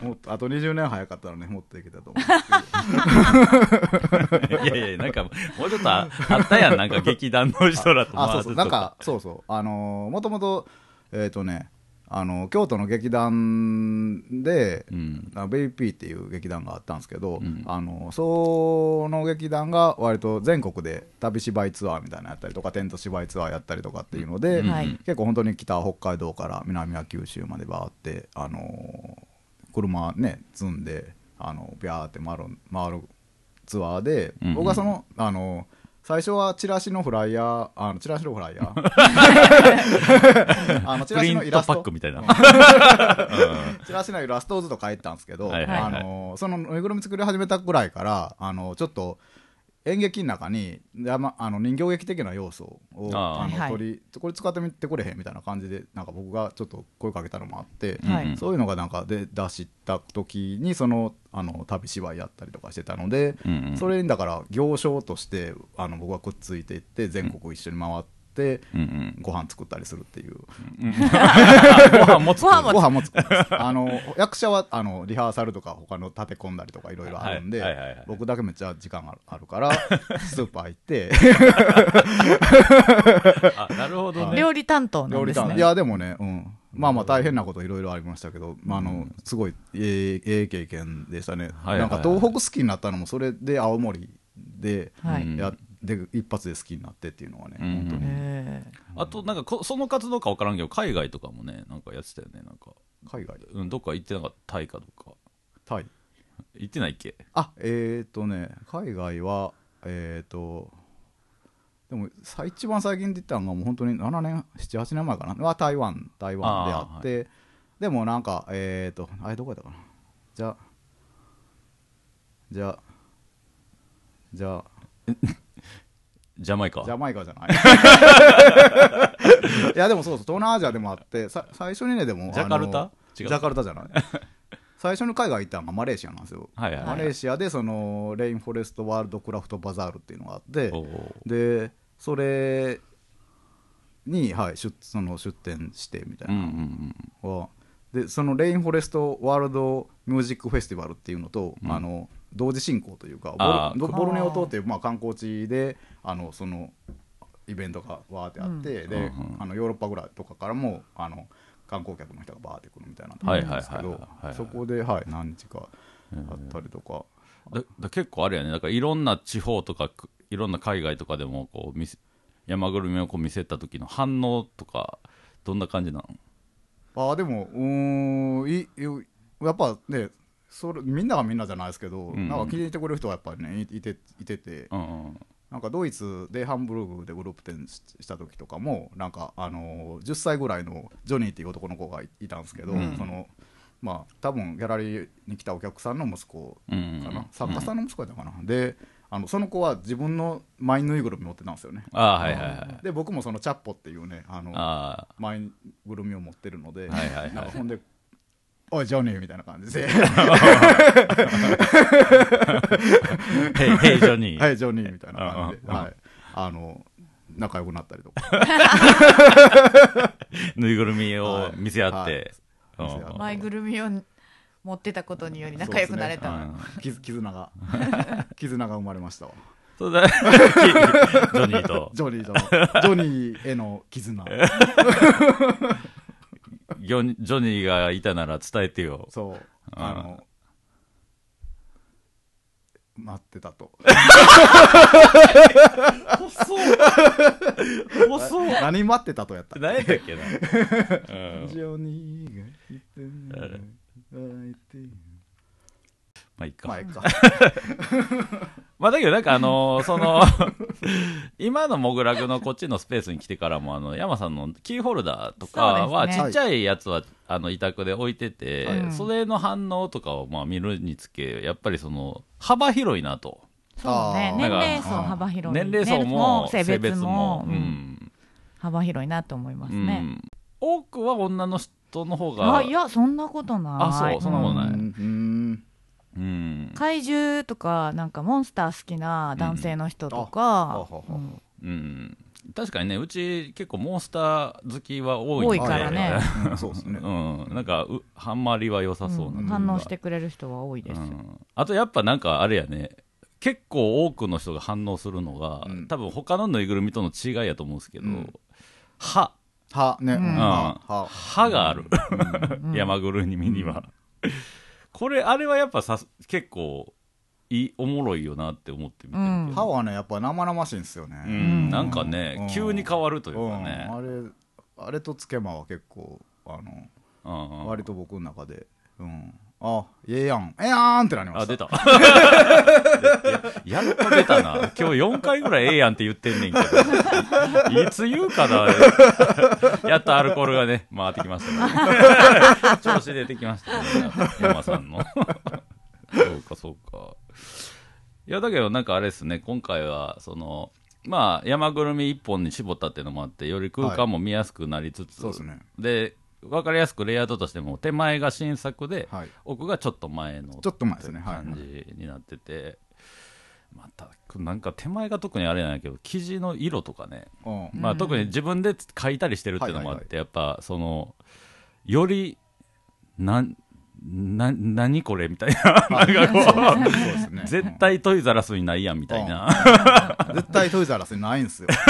[SPEAKER 4] もっとあと20年早かったらねもっといけたと思 うんですけど
[SPEAKER 3] いやいやなんかもうちょっとああったやんなんか劇団の人らと
[SPEAKER 4] あそ
[SPEAKER 3] 回す
[SPEAKER 4] うそう
[SPEAKER 3] と
[SPEAKER 4] なんかそうそうあのもともとえっ、とねあの京都の劇団で、
[SPEAKER 3] うん
[SPEAKER 4] あのベイピーっていう劇団があったんですけど、
[SPEAKER 3] うん
[SPEAKER 4] あのその劇団が割と全国で旅芝居ツアーみたいなのやったりとかテント芝居ツアーやったりとかっていうので、
[SPEAKER 3] うん
[SPEAKER 2] はい
[SPEAKER 3] うん
[SPEAKER 4] 結構本当に北北海道から南は九州までバーって、あのー車ね積んで、あのビャーって回る回るツアーで、
[SPEAKER 3] うんうん
[SPEAKER 4] 僕はその、あのー最初はチラシのフライヤーあのチラシのフラ イヤー あのチ
[SPEAKER 3] プ
[SPEAKER 4] ラシ
[SPEAKER 3] リ
[SPEAKER 4] のイ
[SPEAKER 3] ン
[SPEAKER 4] ラ
[SPEAKER 3] ト
[SPEAKER 4] ス
[SPEAKER 3] パ
[SPEAKER 4] ト
[SPEAKER 3] ックみたいな、
[SPEAKER 4] チラシのイラストをずっと描いてたんですけど、
[SPEAKER 3] はいはいはい
[SPEAKER 4] あのそのぬいぐるみ作り始めたぐらいからあのちょっと演劇の中にや、ま、あの人形劇的な要素を
[SPEAKER 3] あー
[SPEAKER 4] あの、
[SPEAKER 2] はい
[SPEAKER 4] 取りこれ使ってみてくれへんみたいな感じでなんか僕がちょっと声かけたのもあって、
[SPEAKER 2] はい
[SPEAKER 3] うん
[SPEAKER 4] そういうのがなんかで出した時にそのあの旅芝居やったりとかしてたので、
[SPEAKER 3] うんうん
[SPEAKER 4] それにだから行商としてあの僕はくっついていって全国一緒に回っ
[SPEAKER 3] う
[SPEAKER 4] て。
[SPEAKER 3] んうん
[SPEAKER 4] ご飯作ったりするっていう
[SPEAKER 3] ご飯も
[SPEAKER 2] ご飯も
[SPEAKER 4] ご飯も作り ます。あの役者はあのリハーサルとか他の立て込んだりとかいろいろあるんで、
[SPEAKER 3] はいはいはいはい
[SPEAKER 4] 僕だけめっちゃ時間があ るからスーパー行って
[SPEAKER 3] あなるほどね
[SPEAKER 2] 料理担当なん
[SPEAKER 4] 料
[SPEAKER 2] で
[SPEAKER 4] 理
[SPEAKER 2] す
[SPEAKER 4] 担い
[SPEAKER 2] ね
[SPEAKER 4] やでもね、うん、まあまあ大変なこといろいろありましたけど、まあ、あのすごいええええ経験でした
[SPEAKER 3] は
[SPEAKER 4] ね、
[SPEAKER 3] いはいはい
[SPEAKER 4] なんか東北好きになったのもそれで青森で,、
[SPEAKER 2] はいうん
[SPEAKER 4] やで一発で好きになってっていうのはね、
[SPEAKER 3] うん
[SPEAKER 4] 本当に
[SPEAKER 2] へえ
[SPEAKER 3] あとなんかこその活動か分からんけど海外とかもねなんかやってたよねなんか、
[SPEAKER 4] 海外
[SPEAKER 3] うん、どっか行ってなかったタイかどっか
[SPEAKER 4] タイ
[SPEAKER 3] 行ってないっけ
[SPEAKER 4] あえっ、ー、とね海外はえっ、ー、とでもさ一番最近で言ったのがもう本当に7年78年前かなは台湾台湾であってでもなんかえっ、ー、とあれどこやったかなじゃじゃじゃ
[SPEAKER 3] ジャマイカ
[SPEAKER 4] ジャマイカじゃな いいやでもそうそう東南アジアでもあってさ最初にねでも
[SPEAKER 3] ジャカルタ
[SPEAKER 4] あの
[SPEAKER 3] 違
[SPEAKER 4] ジ
[SPEAKER 3] う
[SPEAKER 4] ャカルタじゃない 最初に海外行ったのがマレーシアなんですよ
[SPEAKER 3] はいはい、は
[SPEAKER 4] マ
[SPEAKER 3] い、
[SPEAKER 4] レーシアでそのレインフォレストワールドクラフトバザールっていうのがあって
[SPEAKER 3] おー
[SPEAKER 4] でそれに、はい、出その出展してみたい
[SPEAKER 3] うんう
[SPEAKER 4] なんのはでそのレインフォレストワールドミュージックフェスティバルっていうのと、
[SPEAKER 3] うん
[SPEAKER 4] あの同時進行というか
[SPEAKER 3] あー
[SPEAKER 4] ボルボルネオ島っていうまあ観光地であのそのイベントがわーってあって、
[SPEAKER 3] ん
[SPEAKER 4] で、
[SPEAKER 3] うんうん
[SPEAKER 4] あのヨーロッパぐらいとかからもあの観光客の人がバーって来るみたいな
[SPEAKER 3] はいはい
[SPEAKER 4] なん
[SPEAKER 3] はい
[SPEAKER 4] ですけ
[SPEAKER 3] はい
[SPEAKER 4] ど
[SPEAKER 3] はい
[SPEAKER 4] そこで、はい、何日かあったりとか。
[SPEAKER 3] うんだだ結構あれやねだからいろんな地方とかくいろんな海外とかでもこう見せ山ぐるみをこう見せた時の反応とかどんな感じなの
[SPEAKER 4] ああでもうーんいいやっぱねそれみんながみんなじゃないですけど、
[SPEAKER 3] うん
[SPEAKER 4] なんか気に入ってくれる人はやっぱりねいいていてて、
[SPEAKER 3] うんうん
[SPEAKER 4] なんかドイツでハンブルグでグループ展しした時とかもなんか、あのー10歳ぐらいのジョニーっていう男の子がいいたんですけど、
[SPEAKER 3] うん
[SPEAKER 4] そのまあ多分ギャラリーに来たお客さんの息子
[SPEAKER 3] うんうん
[SPEAKER 4] かな、作家さんの息子やったかな、であのその子は自分のマイぬいぐるみ持ってたんですよね
[SPEAKER 3] あーはいはいはい
[SPEAKER 4] で僕もそのチャッポっていうねあの
[SPEAKER 3] あ
[SPEAKER 4] 前にぐるみを持ってるので、
[SPEAKER 3] はいはいはい
[SPEAKER 4] なんかほんで「おいジョニー」みたいな感じで
[SPEAKER 3] あへい へいジョ
[SPEAKER 4] 「
[SPEAKER 3] ニー、
[SPEAKER 4] はいジョニー」みたいな感じで、
[SPEAKER 3] うんうんうん
[SPEAKER 4] はい、あの仲良くなったりとか
[SPEAKER 3] ぬいぐるみを見せ合って、
[SPEAKER 4] はいはい見せ合って
[SPEAKER 3] うんうん
[SPEAKER 2] 前ぐるみを持ってたことにより仲良くなれた
[SPEAKER 3] そうですね
[SPEAKER 2] の
[SPEAKER 4] 絆 絆が絆が生まれましたわ
[SPEAKER 3] そうだ ジョニーと
[SPEAKER 4] ジョニーとジョニーへの絆
[SPEAKER 3] ギョジョニーがいたなら伝えてよ
[SPEAKER 4] そうあの待って たと
[SPEAKER 3] 細
[SPEAKER 4] 何待ってたとやった
[SPEAKER 3] 何やったっけな、
[SPEAKER 4] ジョニーが言ってない言ってない
[SPEAKER 3] まあいいか、
[SPEAKER 4] まあいいか
[SPEAKER 3] まあだけどなんか あのーその、今のモグラグのこっちのスペースに来てからも、あの、山さんのキーホルダーとかは、
[SPEAKER 2] そうです
[SPEAKER 3] ち
[SPEAKER 2] ね
[SPEAKER 3] っちゃいやつは、あの、委託で置いてて、
[SPEAKER 2] はい
[SPEAKER 3] それの反応とかをまあ見るにつけ、やっぱりその、幅広いなと。
[SPEAKER 2] そうね
[SPEAKER 4] あー
[SPEAKER 2] 年齢層
[SPEAKER 4] なんか
[SPEAKER 2] 幅広い
[SPEAKER 3] 年齢層も
[SPEAKER 2] ね
[SPEAKER 3] 性別も、
[SPEAKER 2] う
[SPEAKER 3] うんん。
[SPEAKER 2] 幅広いなと思います
[SPEAKER 3] う
[SPEAKER 2] ね
[SPEAKER 3] ん多くは女の人の方が、
[SPEAKER 2] あいやそんなことない
[SPEAKER 3] あそうそんなことないう
[SPEAKER 4] うん
[SPEAKER 3] うん。
[SPEAKER 2] 怪獣とかなんかモンスター好きな男性の人と
[SPEAKER 4] うんあ
[SPEAKER 2] か
[SPEAKER 4] ほうほう
[SPEAKER 2] う
[SPEAKER 4] ほうん
[SPEAKER 3] うん。確かにね、うち結構モンスター好きは多いんで
[SPEAKER 2] 多いからね
[SPEAKER 4] うんそうですね
[SPEAKER 3] うん、なんかうハンマりは良さそうな、
[SPEAKER 2] うん反応してくれる人は多いです
[SPEAKER 3] う
[SPEAKER 2] よ
[SPEAKER 3] ん、あとやっぱなんかあれやね結構多くの人が反応するのが、
[SPEAKER 4] うん
[SPEAKER 3] 多分他のぬいぐるみとの違いやと思うんですけど、
[SPEAKER 4] うん
[SPEAKER 3] 歯、
[SPEAKER 4] 歯ね、うん
[SPEAKER 2] うん
[SPEAKER 4] 歯歯
[SPEAKER 3] 歯がある、
[SPEAKER 2] うん
[SPEAKER 3] 山ぐるみには、これあれはやっぱさ結構いいおもろいよなって思って見てるけど、
[SPEAKER 2] うん
[SPEAKER 4] 歯はねやっぱ生々しいんですよね、
[SPEAKER 3] うんなんかね、
[SPEAKER 4] うん
[SPEAKER 3] 急に変わるというかね、
[SPEAKER 4] うんあれあれとつけまは結構あの、
[SPEAKER 3] うんうん
[SPEAKER 4] 割と僕の中で、うん、あええやんええやんってなりま
[SPEAKER 3] あ、
[SPEAKER 4] した
[SPEAKER 3] 出た。 ややっと出たな。今日4回ぐらいええやんって言ってんねんけど。いつ言うかな。 やっとアルコールがね、回ってきましたね。調子出てきましたね。山さんの。そうか、そうか。いや、だけどなんかあれですね、今回は、その、まあ、山ぐるみ一本に絞ったっていうのもあって、より空間も見やすくなりつつ、
[SPEAKER 4] そうですね
[SPEAKER 3] で、わかりやすくレイアウトとしても、手前が新作で、
[SPEAKER 4] はい
[SPEAKER 3] 奥がちょっと前の
[SPEAKER 4] ちょっと前ですねはい
[SPEAKER 3] 感じになってて、またなんか手前が特にあれなんやけど生地の色とかね、
[SPEAKER 4] うん
[SPEAKER 3] まあ、特に自分で描いたりしてるっていうのもあって、
[SPEAKER 4] はい
[SPEAKER 3] やっぱそのよりなんな何これみたいななんかこ
[SPEAKER 4] そうですね
[SPEAKER 3] う絶対トイザラスにないやんみたいな、
[SPEAKER 4] 絶対トイザらスにないんですよ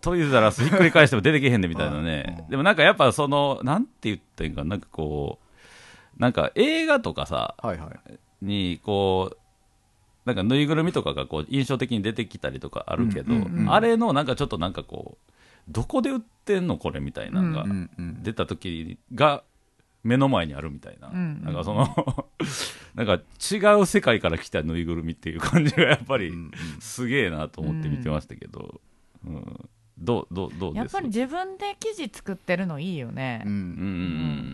[SPEAKER 3] トイザラスひっくり返しても出てけへんでみたいなね、
[SPEAKER 4] うん
[SPEAKER 3] でもなんかやっぱそのなんて言ってんかなんかこうなんか映画とかさ
[SPEAKER 4] は いはい
[SPEAKER 3] にこうなんかぬいぐるみとかがこう印象的に出てきたりとかあるけど、
[SPEAKER 4] うんうんうん
[SPEAKER 3] あれのなんかちょっとなんかこうどこで売ってんのこれみたいなの
[SPEAKER 4] う
[SPEAKER 3] が
[SPEAKER 4] んうん
[SPEAKER 3] 出た時が目の前にあるみたいな、
[SPEAKER 2] んうん
[SPEAKER 3] なんかその なんか違う世界から来たぬいぐるみっていう感じがやっぱり
[SPEAKER 4] うんうん
[SPEAKER 3] すげえなと思って見てましたけど、うんどうどうどうです
[SPEAKER 2] やっぱり自分で生地作ってるのいいよね
[SPEAKER 4] う
[SPEAKER 3] うん
[SPEAKER 4] ん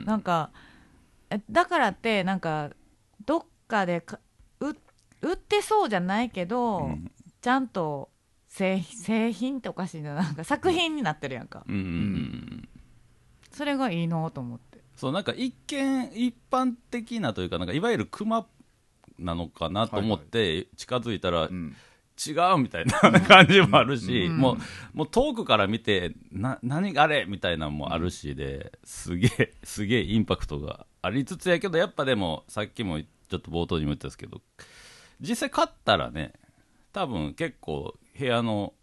[SPEAKER 3] うん
[SPEAKER 2] なんかえだからってなんかどっかでかう売ってそうじゃないけど、
[SPEAKER 3] うん
[SPEAKER 2] ちゃんと製製品っておかしいななんか作品になってるやんか
[SPEAKER 3] うんうんうん
[SPEAKER 2] それがいいのと思って
[SPEAKER 3] そうなんか一見一般的なというかなんかいわゆる熊なのかなと思って近づいたら
[SPEAKER 4] うん
[SPEAKER 3] 違うみたいな感じもあるし、
[SPEAKER 2] うん
[SPEAKER 3] もうもう遠くから見てな何があれみたいなのもあるしですげ えすげえインパクトがありつつやけどやっぱでもさっきもちょっと冒頭にも言ったんですけど実際買ったらね多分結構部屋の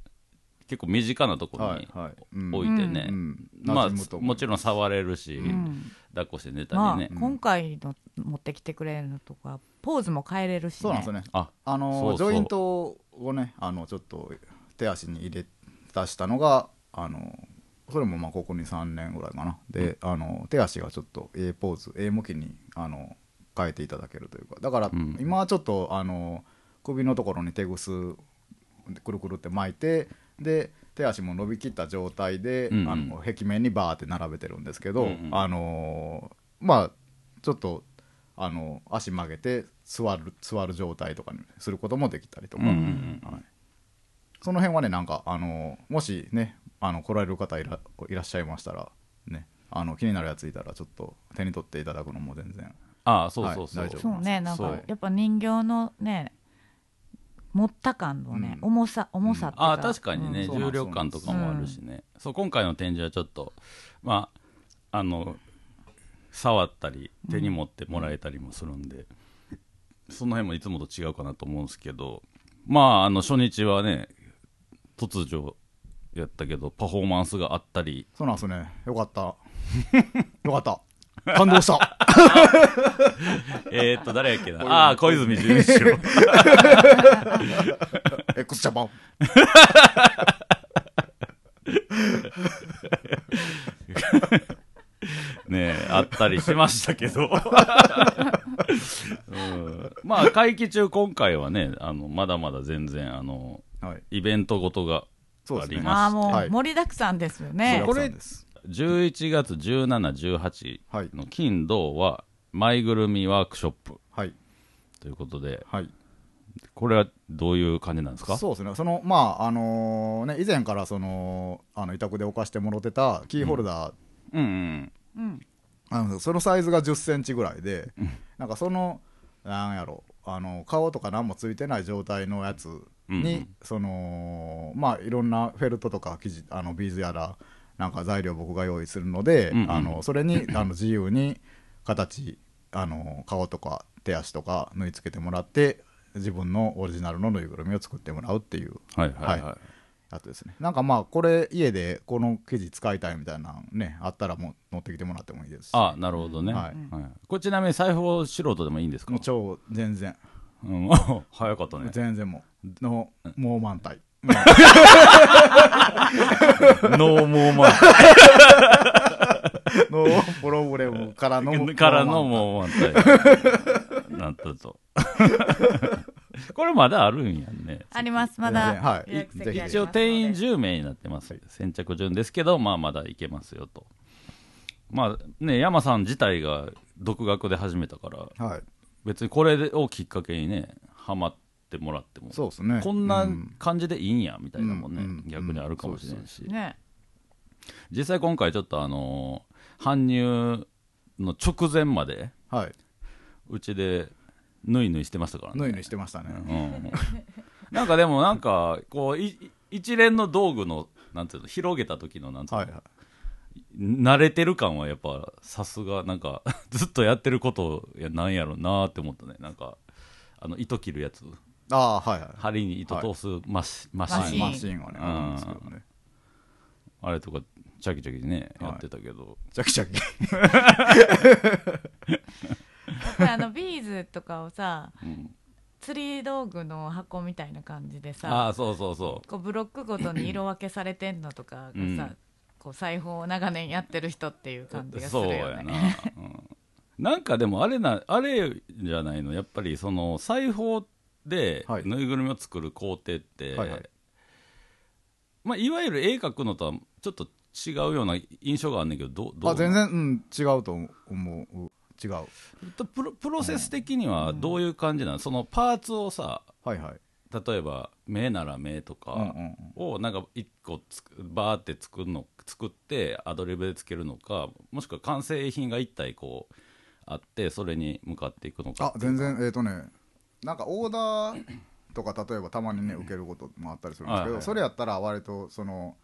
[SPEAKER 3] 結構身近なところ
[SPEAKER 4] は
[SPEAKER 3] に
[SPEAKER 4] いはいうん
[SPEAKER 3] 置いてね、
[SPEAKER 4] うん
[SPEAKER 3] まあ
[SPEAKER 4] 馴染むと思う
[SPEAKER 3] もちろん触れるし、
[SPEAKER 2] ん
[SPEAKER 3] 抱っこして寝たり
[SPEAKER 2] まあ、
[SPEAKER 3] ね、
[SPEAKER 2] 今回の持ってきてくれるのとかポーズも変えれるし、ね、
[SPEAKER 4] そうなんですよね
[SPEAKER 3] あ
[SPEAKER 4] あの
[SPEAKER 3] そうそう
[SPEAKER 4] ジョイントをねあのちょっと手足に入れ出したのがあのそれもまあここに3年ぐらいかなで、あの手足がちょっと A ポーズ A 向きにあの変えていただけるというかだから
[SPEAKER 3] ん
[SPEAKER 4] 今はちょっと、あの首のところに手ぐすでくるくるって巻いてで手足も伸びきった状態で、
[SPEAKER 3] うんうん
[SPEAKER 4] あの壁面にバーって並べてるんですけど、
[SPEAKER 3] うんうん
[SPEAKER 4] あのーまあちょっとあの足曲げて座る座る状態とかにすることもできたりとか、
[SPEAKER 3] うんうん
[SPEAKER 4] はい、その辺はねなんかあのもしねあの来られる方いらいらっしゃいましたらねあの気になるやついたらちょっと手に取っていただくのも全然
[SPEAKER 3] ああそうそうそう、
[SPEAKER 4] はい大丈夫
[SPEAKER 2] そうねなん
[SPEAKER 3] そ
[SPEAKER 2] か
[SPEAKER 3] う
[SPEAKER 2] やっぱ人形のね持った感のね、
[SPEAKER 4] うん
[SPEAKER 2] 重さ重さっていう
[SPEAKER 3] ああ確かにね、
[SPEAKER 4] うんそうなん
[SPEAKER 3] 重量感とかもあるしね、そう今回の展示はちょっとまああの触ったり手に持ってもらえたりもするんで、その辺もいつもと違うかなと思うんですけどまああの初日はね突如やったけどパフォーマンスがあったり
[SPEAKER 4] そうなんですねよかったよかった感動した
[SPEAKER 3] えーっと、誰やっけ な。ああー、小泉純一郎。
[SPEAKER 4] X ジャパン
[SPEAKER 3] ねえ、あったりしましたけ ど。うんまあ、会期中、今回はね、あの、まだまだ全然、あの、
[SPEAKER 4] はい
[SPEAKER 3] イベントごとが
[SPEAKER 4] そうです
[SPEAKER 3] あり
[SPEAKER 4] ね
[SPEAKER 3] ま
[SPEAKER 2] ああも
[SPEAKER 4] は
[SPEAKER 2] う
[SPEAKER 4] い
[SPEAKER 2] 盛りだくさんですよ
[SPEAKER 4] 盛り
[SPEAKER 2] ね
[SPEAKER 4] だ
[SPEAKER 3] こ
[SPEAKER 4] く
[SPEAKER 3] れ
[SPEAKER 4] さんです
[SPEAKER 3] 11月17、
[SPEAKER 4] はい
[SPEAKER 3] 18の金、土は、前ぐるみワークショップ
[SPEAKER 4] はい
[SPEAKER 3] ということで、
[SPEAKER 4] はい
[SPEAKER 3] これはどういう感じなんですか
[SPEAKER 4] そうですねそのまああのね以前からそのあの委託で置かしてもろてたキーホルダー、
[SPEAKER 3] うんうん。
[SPEAKER 2] うん
[SPEAKER 4] あのそのサイズが1 0センチぐらいで、なんかそのなんやろあの顔とか何もついてない状態のやつに、
[SPEAKER 3] うん
[SPEAKER 4] そのまあいろんなフェルトとか生地あのビーズやらなんか材料僕が用意するので、
[SPEAKER 3] うんうん
[SPEAKER 4] あのそれにあの自由に形あの顔とか手足とか縫い付けてもらって自分のオリジナルのぬいぐるみを作ってもらうっていう
[SPEAKER 3] はいはいは。
[SPEAKER 4] はいやつですねなんかまあこれ家でこの生地使いたいみたいなのねあったらもう持ってきてもらってもいいですし
[SPEAKER 3] ああ、なるほどね。は
[SPEAKER 4] はいい。
[SPEAKER 3] これちなみに財布を素人でもいいんですか
[SPEAKER 4] もう超全然
[SPEAKER 3] うん、 早かったね。
[SPEAKER 4] 全然もうのもう満体
[SPEAKER 3] ノーモーマ
[SPEAKER 4] のプログレムからの
[SPEAKER 3] ン からの
[SPEAKER 4] も
[SPEAKER 3] もう満 体。なったと。これまだあるん やんね。
[SPEAKER 2] ありますま
[SPEAKER 4] 全然は
[SPEAKER 2] だ予
[SPEAKER 4] い
[SPEAKER 2] 約席あります
[SPEAKER 3] 一応定員
[SPEAKER 2] ので
[SPEAKER 3] 10名になってます。先着順ですけど、まあまだいけますよと。まあね、山さん自体が独学で始めたから、
[SPEAKER 4] う満杯はい
[SPEAKER 3] 別にこれをきっかけにね、ハマってもらっても、
[SPEAKER 4] そうですね
[SPEAKER 3] こんな
[SPEAKER 4] うん
[SPEAKER 3] 感じでいいんや、みたいなもんね、
[SPEAKER 4] うんうん
[SPEAKER 3] 逆にあるかもしれんし。
[SPEAKER 2] ね
[SPEAKER 3] 実際今回ちょっとあのー搬入の直前まで
[SPEAKER 4] はいう
[SPEAKER 3] ちでぬいぬいしてましたからね
[SPEAKER 4] 縫い縫いしてました
[SPEAKER 3] う
[SPEAKER 4] ね
[SPEAKER 3] ん、なんかでもなんかこういい一連の道具のなんていうの広げた時のなんていう
[SPEAKER 4] は
[SPEAKER 3] の、
[SPEAKER 4] いは
[SPEAKER 3] 慣れてる感はやっぱさすがなんか ずっとやってることやなんやろうなって思ったねなんかあの糸切るやつ
[SPEAKER 4] いああはいはい
[SPEAKER 3] 針に糸通すマシ、マシ
[SPEAKER 2] マシン
[SPEAKER 4] マシンはね
[SPEAKER 3] うん
[SPEAKER 4] あるんですけどね
[SPEAKER 3] あれとかチャキチャキね、
[SPEAKER 4] はい
[SPEAKER 3] やってたけど
[SPEAKER 4] チャキチャキ
[SPEAKER 2] やっぱりあのビーズとかをさ
[SPEAKER 3] うん
[SPEAKER 2] 釣り道具の箱みたいな感じでさ
[SPEAKER 3] ああそうそうそう
[SPEAKER 2] こうブロックごとに色分けされてんのとかがさ、
[SPEAKER 3] うん
[SPEAKER 2] こう裁縫を長年やってる人っていう感じがする
[SPEAKER 3] そう
[SPEAKER 2] よ
[SPEAKER 3] やな、
[SPEAKER 2] ね。
[SPEAKER 3] うんなんかでもあれなあれじゃないのやっぱりその裁縫で
[SPEAKER 4] はい
[SPEAKER 3] ぬいぐるみを作る工程って、
[SPEAKER 4] はい
[SPEAKER 3] い
[SPEAKER 4] はい
[SPEAKER 3] まあ、いわゆる絵描くのとはちょっと違うような印象があるんだけどどうどう
[SPEAKER 4] あ全然うん違うと思う違う
[SPEAKER 3] とプロプロセス的にはどういう感じなの、そのパーツをさ
[SPEAKER 4] はいはい
[SPEAKER 3] 例えば目なら目とか、
[SPEAKER 4] うんうんうん
[SPEAKER 3] をなんか一個つくバーって作るの作ってアドリブでつけるのかもしくは完成品が一体こうあってそれに向かっていくのか
[SPEAKER 4] あ全然えっとねなんかオーダーとか例えばたまにね受けることもあったりするんです
[SPEAKER 3] はいはい
[SPEAKER 4] け
[SPEAKER 3] は
[SPEAKER 4] ど
[SPEAKER 3] い
[SPEAKER 4] それやったら割とその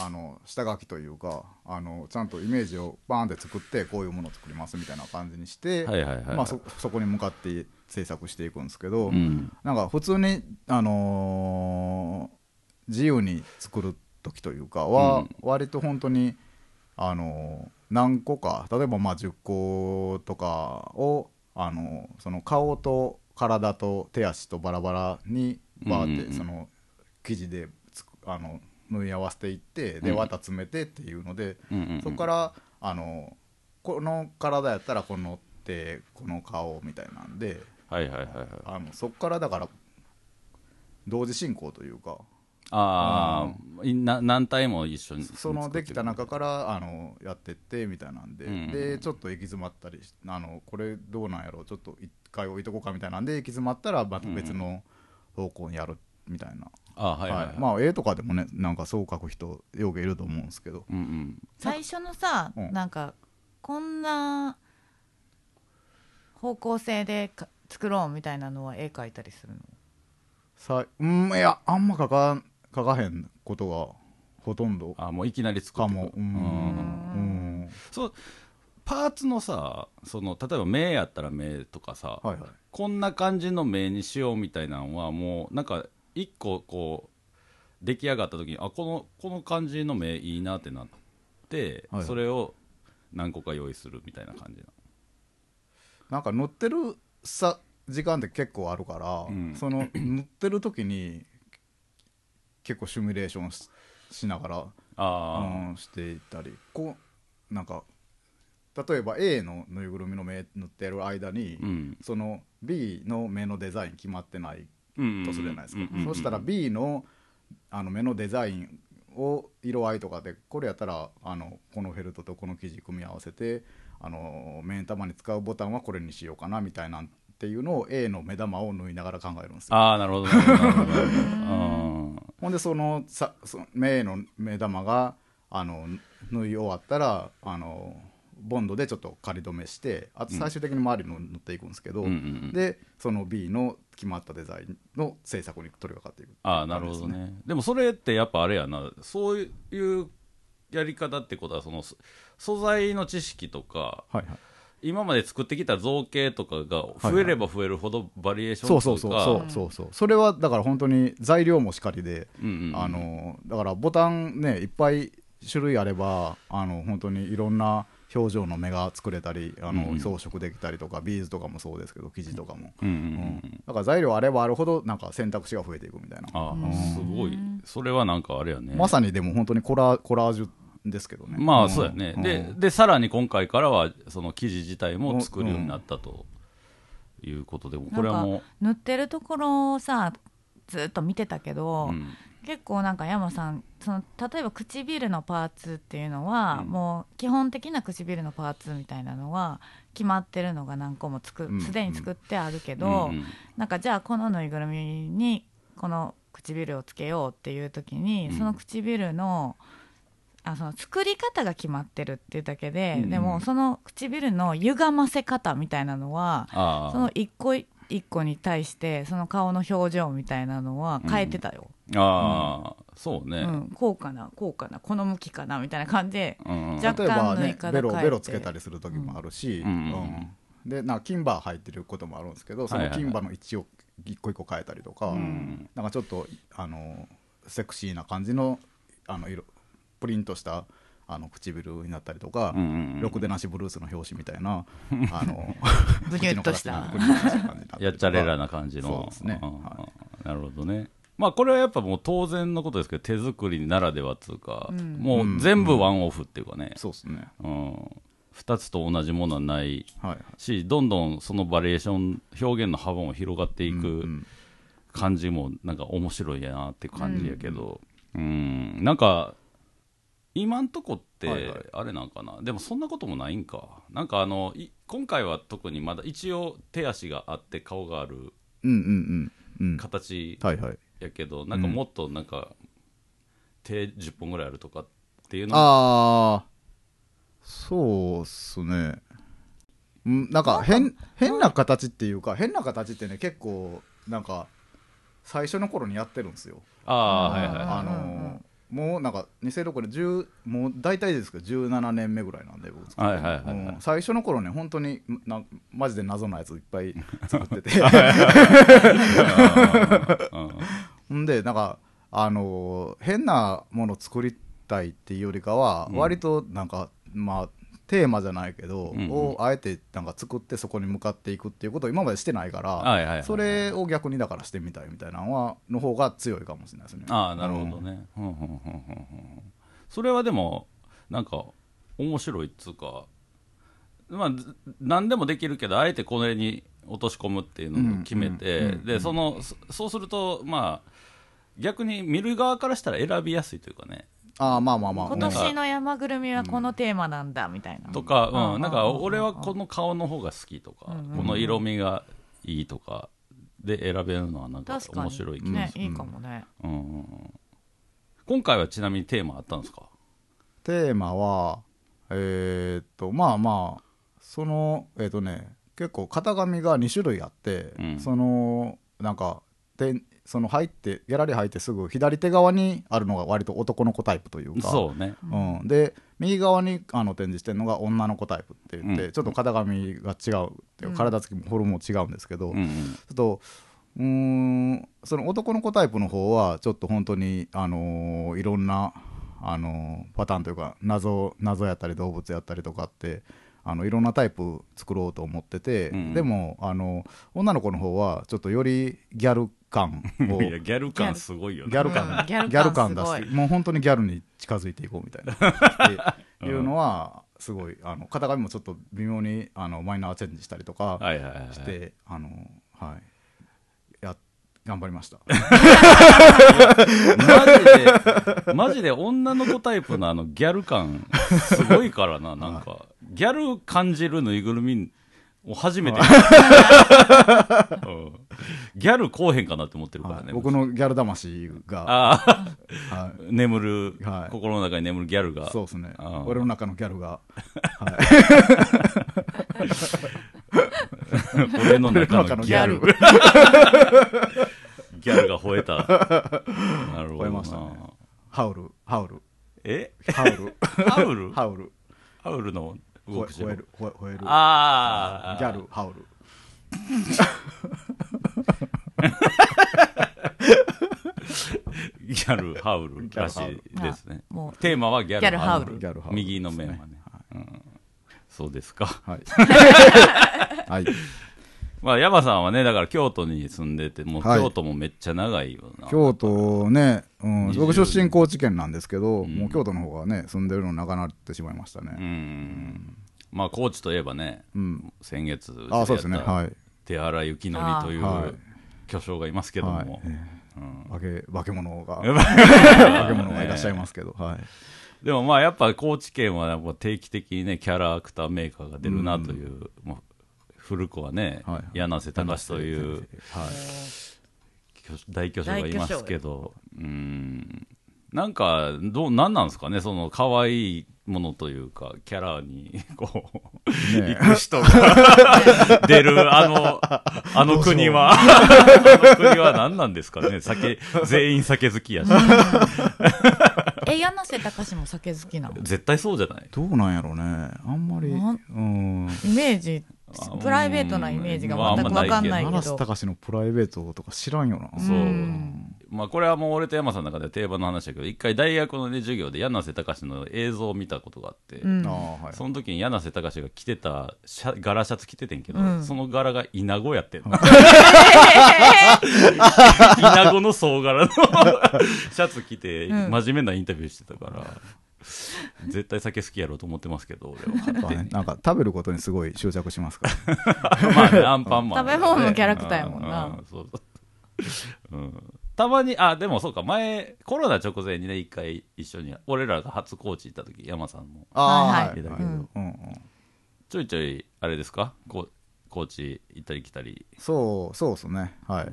[SPEAKER 4] あの下書きというかあのちゃんとイメージをバーンって作ってこういうものを作りますみたいな感じにして
[SPEAKER 3] はいはいはいはい
[SPEAKER 4] まあそそこに向かって制作していくんですけど
[SPEAKER 3] うん
[SPEAKER 4] なんか普通にあのー自由に作る時というか
[SPEAKER 3] う
[SPEAKER 4] は
[SPEAKER 3] ん
[SPEAKER 4] 割と本当にあの何個か例えばまあ10個とかをあのその顔と体と手足とバラバラにバ
[SPEAKER 3] うんう
[SPEAKER 4] ーっ
[SPEAKER 3] んうん
[SPEAKER 4] てその生地でつくあの縫い合わせていってで
[SPEAKER 3] うん
[SPEAKER 4] 綿詰めてっていうので
[SPEAKER 3] うんうんうん
[SPEAKER 4] そこからあのこの体やったらこの手この顔みたいなんで
[SPEAKER 3] はいはいはいはい
[SPEAKER 4] あのそこからだから同時進行というか
[SPEAKER 3] ああいな何体も一緒に
[SPEAKER 4] そのできた中かららあのやってってみたいなんで、
[SPEAKER 3] うんうん
[SPEAKER 4] でちょっと行き詰まったりしあのこれどうなんやろうちょっと一回置いとこうかみたいなんで行き詰まったらまた別の方向にやるみたいな、
[SPEAKER 3] あーはいはい、
[SPEAKER 4] は
[SPEAKER 3] はいい
[SPEAKER 4] まあ絵とかでもねなんかそう描く人よくいると思うんですけど、
[SPEAKER 3] うんうん
[SPEAKER 2] 最初のさ、
[SPEAKER 4] うん
[SPEAKER 2] なんかこんな方向性でか作ろうみたいなのは絵描いたりするの
[SPEAKER 4] さうんいやあんま描か描かへんことがほとんど
[SPEAKER 3] あーもういきなり作っ
[SPEAKER 4] か
[SPEAKER 3] て
[SPEAKER 4] も
[SPEAKER 3] くるうん
[SPEAKER 4] うん
[SPEAKER 3] そうパーツのさその例えば目やったら目とかさ、
[SPEAKER 4] はいはい
[SPEAKER 3] こんな感じの目にしようみたいなのはもうなんか一個こう出来上がった時にあこのこの感じの目いいなってなって、
[SPEAKER 4] はい
[SPEAKER 3] それを何個か用意するみたいな感じな
[SPEAKER 4] なんか乗ってるさ時間って結構あるから、
[SPEAKER 3] うん
[SPEAKER 4] その乗ってる時に結構シミュレーションししながら、
[SPEAKER 3] あ
[SPEAKER 4] うん、していったりこうなんか例えば A のぬいぐるみの目塗ってる間に、
[SPEAKER 3] あうん
[SPEAKER 4] その B の目のデザイン決まってない
[SPEAKER 3] うん
[SPEAKER 4] とするじゃないですか、
[SPEAKER 3] うんうんうん
[SPEAKER 4] そしたら B のあの目のデザインを色合いとかでこれやったらあのこのフェルトとこの生地組み合わせてあの目ん玉に使うボタンはこれにしようかなみたいなんっていうのを A の目玉を縫いながら考えるんですよ
[SPEAKER 3] ああなるほどなるほどなるほど うん
[SPEAKER 4] ほんでそのさその目の目玉があの縫い終わったらあのボンドでちょっと仮止めしてあと最終的に周りの塗っていくんですけど、
[SPEAKER 3] うんうんうん
[SPEAKER 4] でその B の決まったデザインの制作に取り掛かっていく
[SPEAKER 3] ああなるほどねでもそれってやっぱあれやなそういうやり方ってことはそのそ素材の知識とか
[SPEAKER 4] はいはい
[SPEAKER 3] 今まで作ってきた造形とかが増えれば増えるほどバリエーション
[SPEAKER 4] そう
[SPEAKER 3] と
[SPEAKER 4] そ
[SPEAKER 3] いうか
[SPEAKER 4] そうそうそうそうそれはだから本当に材料もしかりで、
[SPEAKER 3] うんうんうん
[SPEAKER 4] あのだからボタンねいっぱい種類あればあの本当にいろんな表情の目が作れたりあの、
[SPEAKER 3] うんうん
[SPEAKER 4] 装飾できたりとかビーズとかもそうですけど生地とかも、
[SPEAKER 3] うんうん
[SPEAKER 4] う
[SPEAKER 3] うんんうん
[SPEAKER 4] だから材料あればあるほどなんか選択肢が増えていくみたいな、
[SPEAKER 3] ああすごいそれはなんかあれやね
[SPEAKER 4] まさにでも本当にコラコラージュですけどね
[SPEAKER 3] ま
[SPEAKER 4] ん
[SPEAKER 3] あそうやね、
[SPEAKER 4] ん
[SPEAKER 3] ででさらに今回からはその生地自体も作るようになったということで、これはも
[SPEAKER 2] 塗ってるところをさずっと見てたけ
[SPEAKER 3] う、
[SPEAKER 2] ど、
[SPEAKER 3] うん
[SPEAKER 2] 結構なんか山さんその例えば唇のパーツっていうのは、
[SPEAKER 3] うん
[SPEAKER 2] もう基本的な唇のパーツみたいなのは決まってるのが何個もつ
[SPEAKER 4] うん
[SPEAKER 2] くすでに作ってあるけど、
[SPEAKER 3] うんうん
[SPEAKER 2] なんかじゃあこのぬいぐるみにこの唇をつけようっていう時に、
[SPEAKER 3] うん
[SPEAKER 2] その唇のあその作り方が決まってるっていうだけで、
[SPEAKER 3] うん
[SPEAKER 2] でもその唇の歪ませ方みたいなのは
[SPEAKER 3] ああ
[SPEAKER 2] その一個一個に対してその顔の表情みたいなのは変えてたよ、
[SPEAKER 3] ああ、そう
[SPEAKER 2] う
[SPEAKER 3] ね、
[SPEAKER 2] んこうかなこうかなこの向きかなみたいな感じ で
[SPEAKER 3] うんうん
[SPEAKER 2] じゃ
[SPEAKER 4] 例えば
[SPEAKER 2] 若干の言い
[SPEAKER 4] ね
[SPEAKER 2] 方
[SPEAKER 4] ベロ
[SPEAKER 2] 変えて
[SPEAKER 4] ベロつけたりする時もあるし、
[SPEAKER 3] うんうん
[SPEAKER 4] うんでなんか金歯入ってることもあるんですけどそ
[SPEAKER 3] は
[SPEAKER 4] の
[SPEAKER 3] いはいはい
[SPEAKER 4] 金歯の位置を一個一個変えたりとか、
[SPEAKER 3] ん
[SPEAKER 4] なんかちょっとあのセクシーな感じのあの色プリントしたあの唇になったりとか、
[SPEAKER 3] うんうんうん
[SPEAKER 4] ろくでなしブルースの表紙みた いなあの
[SPEAKER 2] ブニュッとした
[SPEAKER 4] 口の形のブニュッとした感じになったりとか
[SPEAKER 3] やっちゃれらな感じの
[SPEAKER 4] そうですね、
[SPEAKER 3] うんうんうん
[SPEAKER 4] はい
[SPEAKER 3] なるほどねまあこれはやっぱもう当然のことですけど手作りならではっつうか、もう全部ワンオフっていうかね、
[SPEAKER 4] そうですね
[SPEAKER 3] うん2つと同じものはない
[SPEAKER 4] はい
[SPEAKER 3] しどんどんそのバリエーション表現の幅も広がってい
[SPEAKER 4] うんう
[SPEAKER 3] く
[SPEAKER 4] ん
[SPEAKER 3] 感じもなんか面白いやなって感じやけどうんなんか今んとこっ
[SPEAKER 4] はいはい
[SPEAKER 3] てあれなんかなでもそんなこともないんかなんかあのい今回は特にまだ一応手足があって顔がある
[SPEAKER 4] うんうんうんうん
[SPEAKER 3] 形
[SPEAKER 4] はいはい
[SPEAKER 3] やけどなんかもっとなんか手10本ぐらいあるとかっていうのも
[SPEAKER 4] ああそうっすねんなんか変変な形っていうか変な形ってね結構なんか最初の頃にやってるんですよ
[SPEAKER 3] あーはいはい
[SPEAKER 4] あのーもうなんか2006年10もう大体ですけど17年目ぐらいなんで僕
[SPEAKER 3] はいはいはいはい
[SPEAKER 4] うん最初の頃ね本当になマジで謎のやついっ ぱい作っててん でなんかあのー変なもの作りたいっていうよりかは、
[SPEAKER 3] うん
[SPEAKER 4] 割となんかまあテーマじゃないけど、
[SPEAKER 3] うんうん
[SPEAKER 4] をあえてなんか作ってそこに向かっていくっていうことを今までしてないから、
[SPEAKER 3] はいはいはいはい
[SPEAKER 4] それを逆にだからしてみたいみたいなのはの方が強いかもしれないですね。
[SPEAKER 3] ああなるほど
[SPEAKER 4] うん
[SPEAKER 3] ね、うん、ふんふんふんふんふんそれはでもなんか面白いっつうかまあず何でもできるけどあえてこれに落とし込むっていうのを決めて、
[SPEAKER 4] うんうんうん
[SPEAKER 3] でそのそそうするとまあ逆に見る側からしたら選びやすいというかね、
[SPEAKER 4] ああまあまあまあ
[SPEAKER 2] 今
[SPEAKER 3] なんか
[SPEAKER 2] 年の山ぐるみはこのテーマなんだみたいな、
[SPEAKER 3] とか、うん
[SPEAKER 2] うん
[SPEAKER 3] なんか
[SPEAKER 2] うんうん
[SPEAKER 3] 俺はこの顔の方が好きとか、
[SPEAKER 2] うんうん
[SPEAKER 3] この色味がいいとかで選べるのはなんか
[SPEAKER 2] 確かに
[SPEAKER 3] 面白い気が
[SPEAKER 2] ね
[SPEAKER 3] する、
[SPEAKER 2] いいかもね、
[SPEAKER 3] うんうんうん今回はちなみにテーマあったんですか
[SPEAKER 4] テーマはえーっとまあまあそのえーっとね結構型紙が2種類あって、
[SPEAKER 3] うん
[SPEAKER 4] そのなんかでその入ってギャラリー入ってすぐ左手側にあるのが割と男の子タイプというか
[SPEAKER 3] そうね
[SPEAKER 4] うん、で右側にあの展示してるのが女の子タイプって言って、
[SPEAKER 3] うん
[SPEAKER 4] ちょっと型紙が違うっていう体つきもフォルムも違うんですけど、
[SPEAKER 3] うんうん
[SPEAKER 4] ちょっとうーんその男の子タイプの方はちょっと本当にあのーいろんなあのパターンというか謎謎やったり動物やったりとかってあのいろんなタイプ作ろうと思ってて、
[SPEAKER 3] うんうん
[SPEAKER 4] でもあの女の子の方はちょっとよりギャル感 を
[SPEAKER 3] いやギャル感すごいよ
[SPEAKER 4] ギャル感、
[SPEAKER 2] うんギャル感
[SPEAKER 4] ギャル感出
[SPEAKER 2] すご
[SPEAKER 4] し
[SPEAKER 2] い
[SPEAKER 4] てもう本当にギャルに近づいていこうみ たいなっていうのはすごいあの型紙もちょっと微妙にあのマイナーチェンジしたりとか
[SPEAKER 3] はいはいはい
[SPEAKER 4] して、あのはいや頑張り ました
[SPEAKER 3] マジでマジで女の子タイプのあのギャル感すごいから ななんかギャル感じるぬいぐるみを初めて見た、 うんギャルこうへんかなって思ってるから
[SPEAKER 4] は
[SPEAKER 3] ね、
[SPEAKER 4] い、僕のギャル魂が、
[SPEAKER 3] あ
[SPEAKER 4] は
[SPEAKER 3] ー眠る、
[SPEAKER 4] はい
[SPEAKER 3] 心の中に眠るギャル
[SPEAKER 4] い
[SPEAKER 3] が、
[SPEAKER 4] そうですね
[SPEAKER 3] あー
[SPEAKER 4] 俺の中のギャルが
[SPEAKER 3] 俺の中のギャル
[SPEAKER 4] 俺の中のギ
[SPEAKER 3] ギャルが吠え たなるほどな
[SPEAKER 4] 吠えましたねハウルハウル
[SPEAKER 3] え
[SPEAKER 4] ハウル
[SPEAKER 3] ハウル
[SPEAKER 4] ハウル
[SPEAKER 3] ハウルの動
[SPEAKER 4] 吠
[SPEAKER 3] く
[SPEAKER 4] え
[SPEAKER 3] し
[SPEAKER 4] 吠える吠え吠える
[SPEAKER 3] ああ
[SPEAKER 4] ギャルハウル
[SPEAKER 3] ギャルハウルらしいですね
[SPEAKER 2] あもう
[SPEAKER 3] テーマはギャルハウル
[SPEAKER 4] ギャルハウル
[SPEAKER 3] 右の面はね、うんそうですか
[SPEAKER 4] はい はい
[SPEAKER 3] まあ山さんはねだから京都に住んでてもう
[SPEAKER 4] はい
[SPEAKER 3] 京都もめっちゃ長いよな、
[SPEAKER 4] 京都ね、うん、
[SPEAKER 3] 20
[SPEAKER 4] 僕出身高知県なんですけど、
[SPEAKER 3] ん
[SPEAKER 4] もう京都の方がね住んでるの長なってしまいました
[SPEAKER 3] う
[SPEAKER 4] ね、
[SPEAKER 3] んまあ高知といえばね
[SPEAKER 4] うん
[SPEAKER 3] 先月
[SPEAKER 4] あそうですね
[SPEAKER 3] やった
[SPEAKER 4] はい
[SPEAKER 3] 手原幸則とい
[SPEAKER 4] あーはいう
[SPEAKER 3] 巨匠がいますけども、
[SPEAKER 4] はいえ
[SPEAKER 3] うん
[SPEAKER 4] 化け化け 物が
[SPEAKER 3] やっ
[SPEAKER 4] 化
[SPEAKER 3] ぱ
[SPEAKER 4] け物がいらっしゃいますけど、はい
[SPEAKER 3] でもまあやっぱ高知県はやっぱ定期的にねキャラクターメーカーが出るなという、もう古くはね、
[SPEAKER 4] はいはい
[SPEAKER 3] 柳瀬隆という
[SPEAKER 4] はい
[SPEAKER 3] 巨大巨匠がいますけどうんなんかどうなんなんですかねその可愛いものというかキャラにこう、
[SPEAKER 4] ね
[SPEAKER 3] 行く人が 出るあのあの国は あの国は何なんですかね酒全員酒好きやし
[SPEAKER 2] え柳瀬隆も酒好きなの
[SPEAKER 3] 絶対そうじゃない
[SPEAKER 4] どうなんやろうねあんまり
[SPEAKER 2] な
[SPEAKER 4] うん
[SPEAKER 2] イメージ
[SPEAKER 3] あ
[SPEAKER 2] プライベートなイメージが全く
[SPEAKER 3] まああんまない
[SPEAKER 2] 分かんないけ
[SPEAKER 4] 奈
[SPEAKER 2] ど
[SPEAKER 4] 良隆のプライベートとか知らんよな、
[SPEAKER 3] そう、
[SPEAKER 2] うん
[SPEAKER 3] まあこれはもう俺と山さんの中では定番の話だけど一回大学の、ね、授業で柳瀬隆の映像を見たことがあって、
[SPEAKER 2] うん
[SPEAKER 4] ああはい
[SPEAKER 3] その時に柳瀬隆が着てたシャ柄シャツ着ててんけど、
[SPEAKER 2] うん
[SPEAKER 3] その柄がイナゴやってんの イナゴの総柄の シャツ着て
[SPEAKER 2] うん
[SPEAKER 3] 真面目なインタビューしてたから、絶対酒好きやろうと思ってますけど俺は勝
[SPEAKER 4] やっぱ
[SPEAKER 3] 手
[SPEAKER 4] ね
[SPEAKER 3] に
[SPEAKER 4] なんか食べることにすごい執着しますから、
[SPEAKER 3] まあね、アンパンマン、
[SPEAKER 2] 食べ物のキャラクターやもんな
[SPEAKER 3] ううそうそう。うん。たまに、あ、でもそうか、前、コロナ直前にね、一回一緒に、俺らが初高知行った時、山さんも、
[SPEAKER 2] あー
[SPEAKER 4] あー
[SPEAKER 2] はい
[SPEAKER 4] はい
[SPEAKER 2] うん
[SPEAKER 4] うんうん
[SPEAKER 3] ちょいちょい、あれですか、こ高知行ったり来たり。
[SPEAKER 4] そうそうですねはい、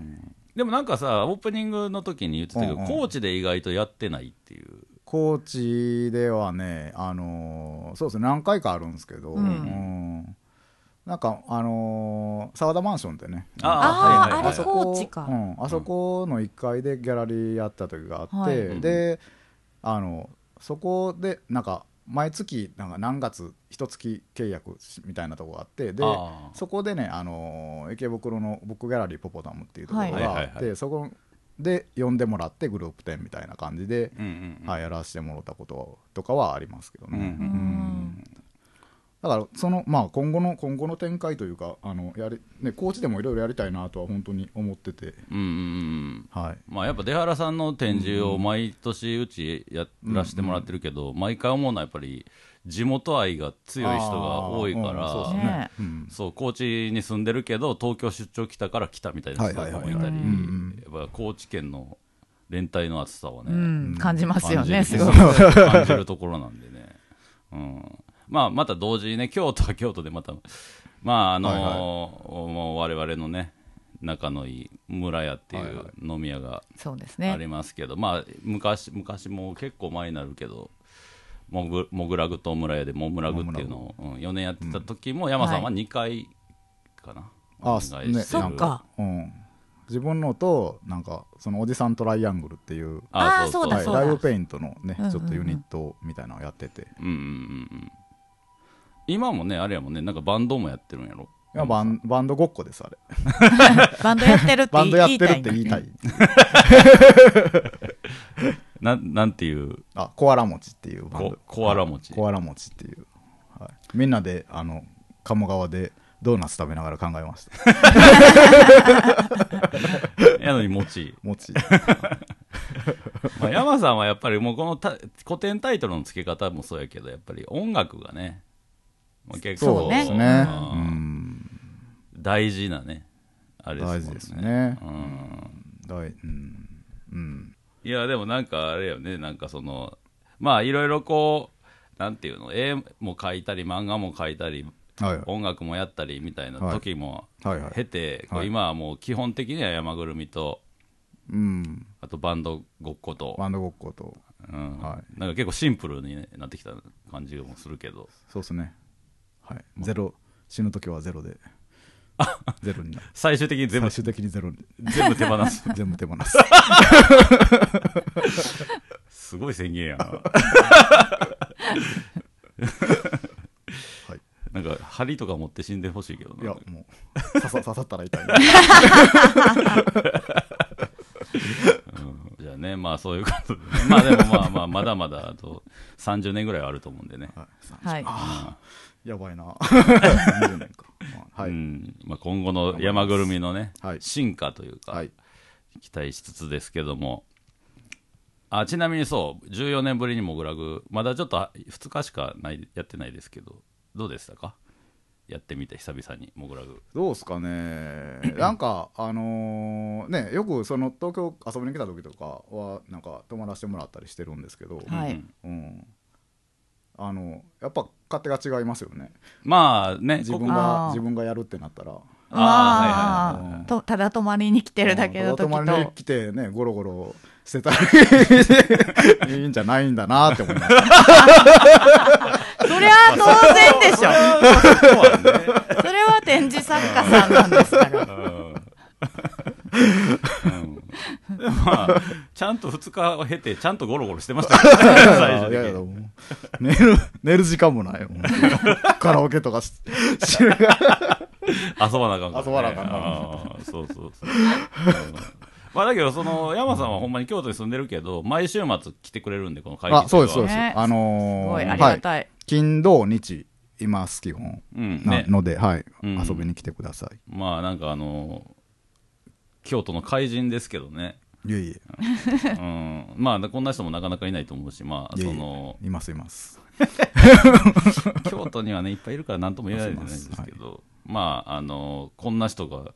[SPEAKER 3] でもなんかさ、オープニングの時に言ってたけど、
[SPEAKER 4] うんうん
[SPEAKER 3] 高知で意外とやってないっていう。
[SPEAKER 4] 高知ではね、あのーそうですね何回かあるんですけど、
[SPEAKER 2] うん
[SPEAKER 4] うんなんかあのー沢田マンションってね
[SPEAKER 2] あー
[SPEAKER 3] はいはいはい
[SPEAKER 2] あれ高知か
[SPEAKER 4] うん、あそこの1階でギャラリーやった時があって、
[SPEAKER 2] はい
[SPEAKER 4] であのそこでなんか毎月なんか何月一月契約みたいなとこがあってで
[SPEAKER 3] あー
[SPEAKER 4] そこでね、あのー池袋のブックギャラリーポポタムっていうところ
[SPEAKER 3] はいは
[SPEAKER 4] があ
[SPEAKER 3] い
[SPEAKER 4] って、
[SPEAKER 3] はいは
[SPEAKER 4] そこで呼んでもらってグループ展みたいな感じで、
[SPEAKER 3] うんうんうん
[SPEAKER 4] はい、やらせてもらったこととかはありますけどね、
[SPEAKER 3] うんうん
[SPEAKER 2] うん
[SPEAKER 4] だからその、まあ、今後の今後の展開というかあのやり、ね、高知でもいろいろやりたいなとは本当に思ってて、
[SPEAKER 3] うんうんうん。
[SPEAKER 4] はい、
[SPEAKER 3] まあ、やっぱ出原さんの展示を毎年うちやらせてもらってるけど、毎回思うのはやっぱり地元愛が強い人が多いか
[SPEAKER 4] あーうんそう
[SPEAKER 3] ら、
[SPEAKER 4] です
[SPEAKER 2] ね
[SPEAKER 4] うん
[SPEAKER 3] そう高知に住んでるけど東京出張来たから来たみたいな人とかもい
[SPEAKER 4] は
[SPEAKER 3] た
[SPEAKER 4] いは
[SPEAKER 3] り
[SPEAKER 4] いはいうん
[SPEAKER 3] やっぱ高知県の連帯の厚さはね、
[SPEAKER 2] うん感じますよね
[SPEAKER 3] 感
[SPEAKER 2] す
[SPEAKER 3] じ
[SPEAKER 2] ごい
[SPEAKER 3] 感じるところなんでね、うんまあ、また同時にね京都は京都でまたまああのー
[SPEAKER 4] はいはい
[SPEAKER 3] もう我々のね仲のいい村屋ってい
[SPEAKER 4] はいは
[SPEAKER 3] う飲み屋が
[SPEAKER 2] そうです
[SPEAKER 3] あ
[SPEAKER 2] ね
[SPEAKER 3] りますけど、まあ昔昔もう結構前になるけどモグモグラグと村屋でモグラグっていうのを、うん、4年やってた時も山さんは
[SPEAKER 2] は
[SPEAKER 3] 2回かな、
[SPEAKER 4] あ
[SPEAKER 3] お願いして
[SPEAKER 4] ね
[SPEAKER 3] る
[SPEAKER 2] そっか
[SPEAKER 4] うん、自分のとなんかそのおじさんトライアングルっていう、
[SPEAKER 2] あーそうだ
[SPEAKER 4] はい、
[SPEAKER 2] そう
[SPEAKER 4] ライブペイントのね
[SPEAKER 2] うんうんうん
[SPEAKER 4] ちょっとユニットみたいなのをやってて、
[SPEAKER 3] うんうんうんうん今もねあれやもんねなんかバンドもやってるんやろ
[SPEAKER 4] いやバンバンドごっこですあれ
[SPEAKER 2] バンドやってるって
[SPEAKER 4] バ
[SPEAKER 2] 言
[SPEAKER 4] ン
[SPEAKER 2] い
[SPEAKER 4] ドやってるって
[SPEAKER 2] 言
[SPEAKER 4] 言い
[SPEAKER 2] いた
[SPEAKER 4] た
[SPEAKER 2] い
[SPEAKER 4] い
[SPEAKER 3] なんなんていう
[SPEAKER 4] あコアラ餅っていうバンド
[SPEAKER 3] こコアラ餅
[SPEAKER 4] コアラ餅っていう、はい、みんなであの鴨川でドーナツ食べながら考えました
[SPEAKER 3] やのに餅、
[SPEAKER 4] 餅
[SPEAKER 3] まあ、山さんはやっぱりもうこのた古典タイトルの付け方もそうやけどやっぱり音楽がね、まあ、結構
[SPEAKER 2] そうね
[SPEAKER 4] ですね
[SPEAKER 3] うん
[SPEAKER 4] うん
[SPEAKER 3] 大事なねあれですもん
[SPEAKER 4] 大事ですね
[SPEAKER 3] うん
[SPEAKER 4] 大うんうん
[SPEAKER 3] いやでもなんかあれよねなんかそのまあいろいろこうなんていうの絵も描いたり漫画も描いたり
[SPEAKER 4] はいはい
[SPEAKER 3] 音楽もやったりみたいな時も
[SPEAKER 4] はいはい
[SPEAKER 3] 経て、こう
[SPEAKER 4] はい
[SPEAKER 3] 今はもう基本的には山ぐるみと
[SPEAKER 4] うん
[SPEAKER 3] あとバンドごっこと、
[SPEAKER 4] バンドごっこと
[SPEAKER 3] うん
[SPEAKER 4] は
[SPEAKER 3] なんか結構シンプルになってきた感じもするけど
[SPEAKER 4] そうですねはいゼロ死ぬ時はゼロでゼロに なる
[SPEAKER 3] 最終的に全部
[SPEAKER 4] 最終的にゼロに
[SPEAKER 3] 全部手放す
[SPEAKER 4] 全部手放 す
[SPEAKER 3] すごい宣言やな
[SPEAKER 4] はい
[SPEAKER 3] なんか針とか持って死んでほしいけどない
[SPEAKER 4] やもう刺さ刺さったら痛 いね
[SPEAKER 3] うんじゃあね、まあそういうことで、まあでもまあまあ、まだまだあと30年ぐらいはあると思うんでね、
[SPEAKER 2] はい
[SPEAKER 4] やばい な。30年か。まあは
[SPEAKER 3] う
[SPEAKER 4] い。
[SPEAKER 3] んまあ、今後の山ぐるみのね、
[SPEAKER 4] はい
[SPEAKER 3] 進化というか、
[SPEAKER 4] はい。
[SPEAKER 3] 期待しつつですけども、あちなみにそう、14年ぶりにもぐらぐ、まだちょっと2日しかないやってないですけど、どうでしたかやってみて、久々に、もぐらぐ。
[SPEAKER 4] どうですかね。なんか、あのーね、よくその東京遊びに来た時とかは、なんか泊まらせてもらったりしてるんですけど、
[SPEAKER 2] はい
[SPEAKER 3] うん
[SPEAKER 4] うん。あの、やっぱ勝手が違いますよね。
[SPEAKER 3] まあね、
[SPEAKER 4] 自分
[SPEAKER 3] ここ
[SPEAKER 2] あー
[SPEAKER 4] が、自分がやるってなったら。
[SPEAKER 3] あ
[SPEAKER 2] あ
[SPEAKER 4] ーはいはいはい
[SPEAKER 2] ーとただ泊まりに来てるだけの時
[SPEAKER 4] うんただ泊まり
[SPEAKER 2] と
[SPEAKER 4] に来てね、ゴロゴロしてたらいいんじゃないんだなって思いました。
[SPEAKER 2] そりゃあ当然でしょそれ
[SPEAKER 3] そうだね
[SPEAKER 2] は展示作家さんなんですから
[SPEAKER 3] うんでもまあ、ちゃんと2日を経て、ちゃんとゴロゴロしてましたけどね 最
[SPEAKER 4] いやい
[SPEAKER 3] 終
[SPEAKER 4] や
[SPEAKER 3] 的に。
[SPEAKER 4] もう寝る、寝る時間もないよ。もうカラオケとかし、しながら
[SPEAKER 3] 遊ばなあかんから、ね。
[SPEAKER 4] 遊ばなあかんから
[SPEAKER 3] あーそうそうそう。うんまあだけど、その、山さんはほんまに京都に住んでるけど、毎週末来てくれるんで、この会議室は
[SPEAKER 4] あ、そうです、そうです。
[SPEAKER 2] ね
[SPEAKER 4] あ
[SPEAKER 2] す
[SPEAKER 4] の
[SPEAKER 2] ごい
[SPEAKER 4] ー
[SPEAKER 2] あり
[SPEAKER 4] は
[SPEAKER 2] が
[SPEAKER 4] い。
[SPEAKER 2] たい、
[SPEAKER 4] 金、土、日、います、基本。
[SPEAKER 3] うん、
[SPEAKER 4] な
[SPEAKER 3] ね。
[SPEAKER 4] ので、はい、
[SPEAKER 3] うん
[SPEAKER 4] 遊びに来てくださ
[SPEAKER 3] まあなんかあの京都の怪人ですけど ね。
[SPEAKER 4] い。いえいえ、
[SPEAKER 3] うん。まあ、こんな人もなかなかいないと思うし、まあ、
[SPEAKER 4] いえいえ
[SPEAKER 3] その、
[SPEAKER 4] います、います。
[SPEAKER 3] 京都にはね、いっぱいいるから何とも言えないじゃないですけど、まあ、あの、こんな人が、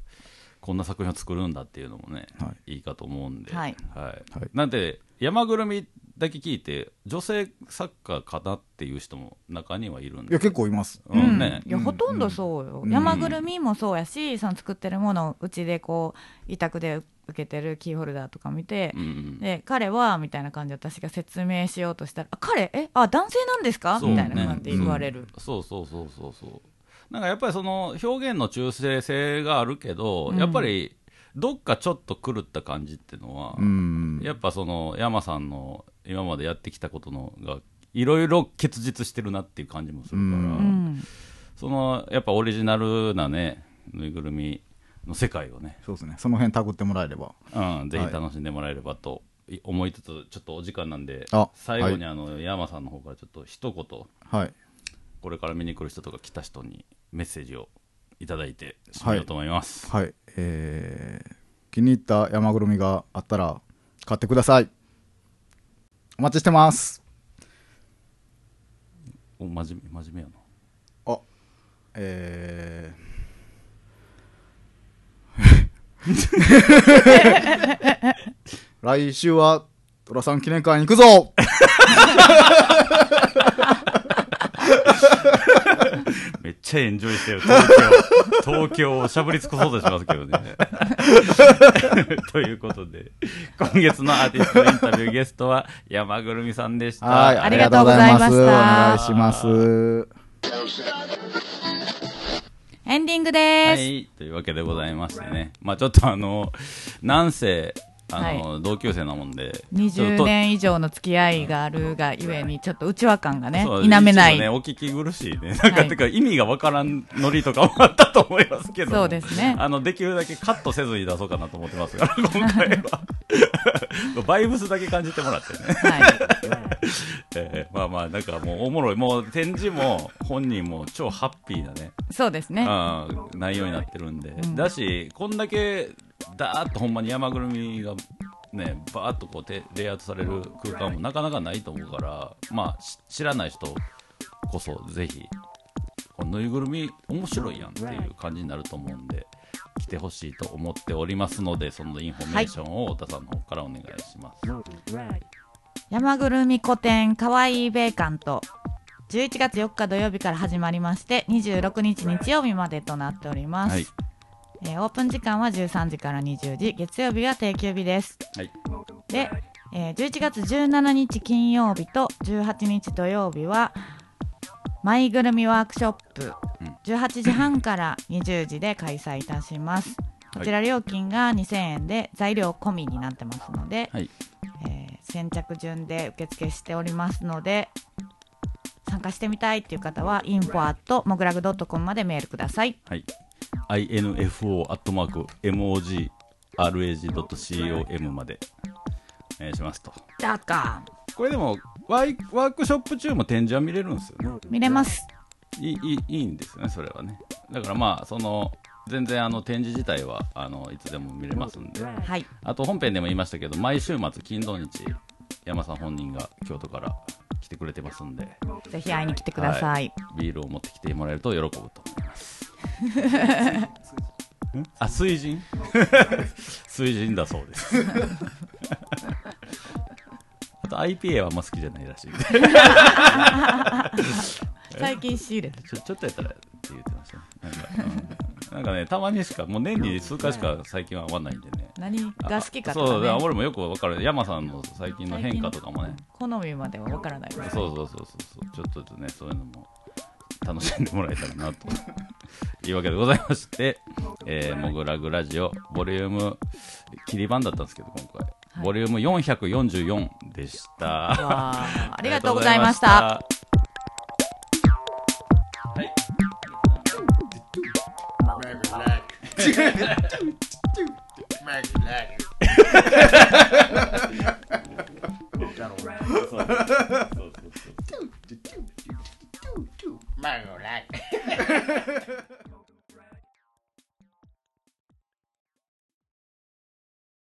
[SPEAKER 3] こんな作品を作るんだっていうのもね、、
[SPEAKER 4] はい
[SPEAKER 3] いかと思うんで、
[SPEAKER 2] はい
[SPEAKER 3] はい
[SPEAKER 4] はい
[SPEAKER 3] なんで、山ぐるみだけ聞いて、女性作家かなっていう人も中にはいるん
[SPEAKER 4] い
[SPEAKER 3] で、
[SPEAKER 4] や、結構います。
[SPEAKER 2] う
[SPEAKER 3] うんんね
[SPEAKER 2] いやほとんどそうよ、
[SPEAKER 3] うん
[SPEAKER 2] 山ぐるみもそうやしその作ってるものをうちでこう委託で受けてるキーホルダーとか見て、
[SPEAKER 3] うんうん
[SPEAKER 2] で彼はみたいな感じで私が説明しようとしたら「あ彼えあ男性なんですか?」
[SPEAKER 3] そう
[SPEAKER 2] み
[SPEAKER 3] ね
[SPEAKER 2] たいな感じで言われる、
[SPEAKER 3] そうそうそうそうそうなんかやっぱりその表現の中性性があるけど、
[SPEAKER 2] うん
[SPEAKER 3] やっぱりどっかちょっと狂った感じっていうのは、
[SPEAKER 4] うん。
[SPEAKER 3] やっぱその山さんの今までやってきたことのがいろいろ結実してるなっていう感じもするから、
[SPEAKER 4] うん
[SPEAKER 2] うん
[SPEAKER 3] そのやっぱオリジナルなねぬいぐるみの世界をね、
[SPEAKER 4] そうですね。その辺タグってもらえれば。
[SPEAKER 3] うん、ぜひ楽しんでもらえればと思いつつちょっとお時間なんで
[SPEAKER 4] あ
[SPEAKER 3] 最後にあの山さんの方からちょっと一言
[SPEAKER 4] はい。
[SPEAKER 3] これから見に来る人とか来た人にメッセージをいただいてしまようと思います。
[SPEAKER 4] はい。えー、気に入った山ぐるみがあったら、買ってください。お待ちしてます。
[SPEAKER 3] お真面目真面目やな。
[SPEAKER 4] あ、え ー。 来週は、寅さん記念館に行くぞ
[SPEAKER 3] めっちゃエンジョイしてる東 京東京をしゃぶり尽くそうとしますけどね。ということで今月のアーティストインタビューゲストは山ぐるみさんでした。
[SPEAKER 4] はい、
[SPEAKER 2] ありがとうございました
[SPEAKER 4] ありがとうございますお願いします。
[SPEAKER 2] エンディングで
[SPEAKER 3] は
[SPEAKER 2] す、
[SPEAKER 3] い、というわけでございましてね、まあ、ちょっとあの、なんせあの、同級生なもんで、ちょっ
[SPEAKER 2] 20
[SPEAKER 3] と
[SPEAKER 2] 年以上の付き合いがあるがゆえにちょっとうちわ感がね
[SPEAKER 3] そう
[SPEAKER 2] 否めな
[SPEAKER 3] 一部
[SPEAKER 2] い、
[SPEAKER 3] ね、お聞き苦しいね。 なんか、
[SPEAKER 2] はい
[SPEAKER 3] てか意味がわからんノリとかもあったと思いますけども。
[SPEAKER 2] そうですね
[SPEAKER 3] あの、できるだけカットせずに出そうかなと思ってますから、今回は。バイブスだけ感じてもらってね、
[SPEAKER 2] はい
[SPEAKER 3] えーまあまあなんかもうおもろいもう展示も本人も超ハッピーなね
[SPEAKER 2] そうです ね
[SPEAKER 3] あー内容になってるんで、
[SPEAKER 2] ん
[SPEAKER 3] だしこんだけだーっとほんまに山ぐるみがねバーっとこうてレイアウトされる空間もなかなかないと思うからまあし知らない人こそぜひこのぬいぐるみ面白いやんっていう感じになると思うんで来てほしいと思っておりますのでそのインフォメーションを太田さんの方からお願いします、
[SPEAKER 1] right,
[SPEAKER 2] 山ぐるみ古典かわいいベーカンと11月4日土曜日から始まりまして26日日曜日までとなっております、
[SPEAKER 3] はい
[SPEAKER 2] えーオープン時間は13時から20時月曜日は定休日です
[SPEAKER 3] はい
[SPEAKER 2] で、えー11月17日金曜日と18日土曜日はマイぐるみワークショップ
[SPEAKER 3] うん
[SPEAKER 2] 18時半から20時で開催いたしますこちら料金が2000円で材料込みになってますので、
[SPEAKER 3] はい
[SPEAKER 2] えー先着順で受付しておりますので参加してみたいっていう方は info.mograg.com までメールください
[SPEAKER 3] はい。info.mograg.com までお願いしますと。
[SPEAKER 2] だか
[SPEAKER 3] これでもワイ、ワークショップ中も展示は見れるんですよね。
[SPEAKER 2] 見れます
[SPEAKER 3] いいいいいいんですよね、それはね。だからまあ、その、全然あの展示自体はあのいつでも見れますんで。
[SPEAKER 2] はい
[SPEAKER 3] あと本編でも言いましたけど、毎週末、金土日、山さん本人が京都から来てくれてますんで、
[SPEAKER 2] ぜひ会いに来てくださ、
[SPEAKER 3] はいビールを持ってきてもらえると喜ぶと思います。んあ、水人 水人だそうです。 あと IPA はあんま好きじゃないらしいんで
[SPEAKER 2] 最近仕入れた
[SPEAKER 3] ちょちょっとやったらって言ってましたね。なんか,うん、なんかね、たまにしか、もう年に数回しか最近は会わないんでね。
[SPEAKER 2] 何が好きかと
[SPEAKER 3] そう、だから
[SPEAKER 2] か、ね、
[SPEAKER 3] 俺もよくわかる。山さんの最近の変化とかもね。
[SPEAKER 2] 好みまでは分からないです
[SPEAKER 3] そうそうそうそうそう、ちょっとね、そういうのも楽しんでもらえたらなと いうわけでございまして、えー、もぐらぐラジオ、ボリューム、切り番だったんですけど、今回、
[SPEAKER 2] い
[SPEAKER 3] ボリューム444でした。
[SPEAKER 2] わ あありがとうございました。
[SPEAKER 3] はい。
[SPEAKER 5] Margot, like.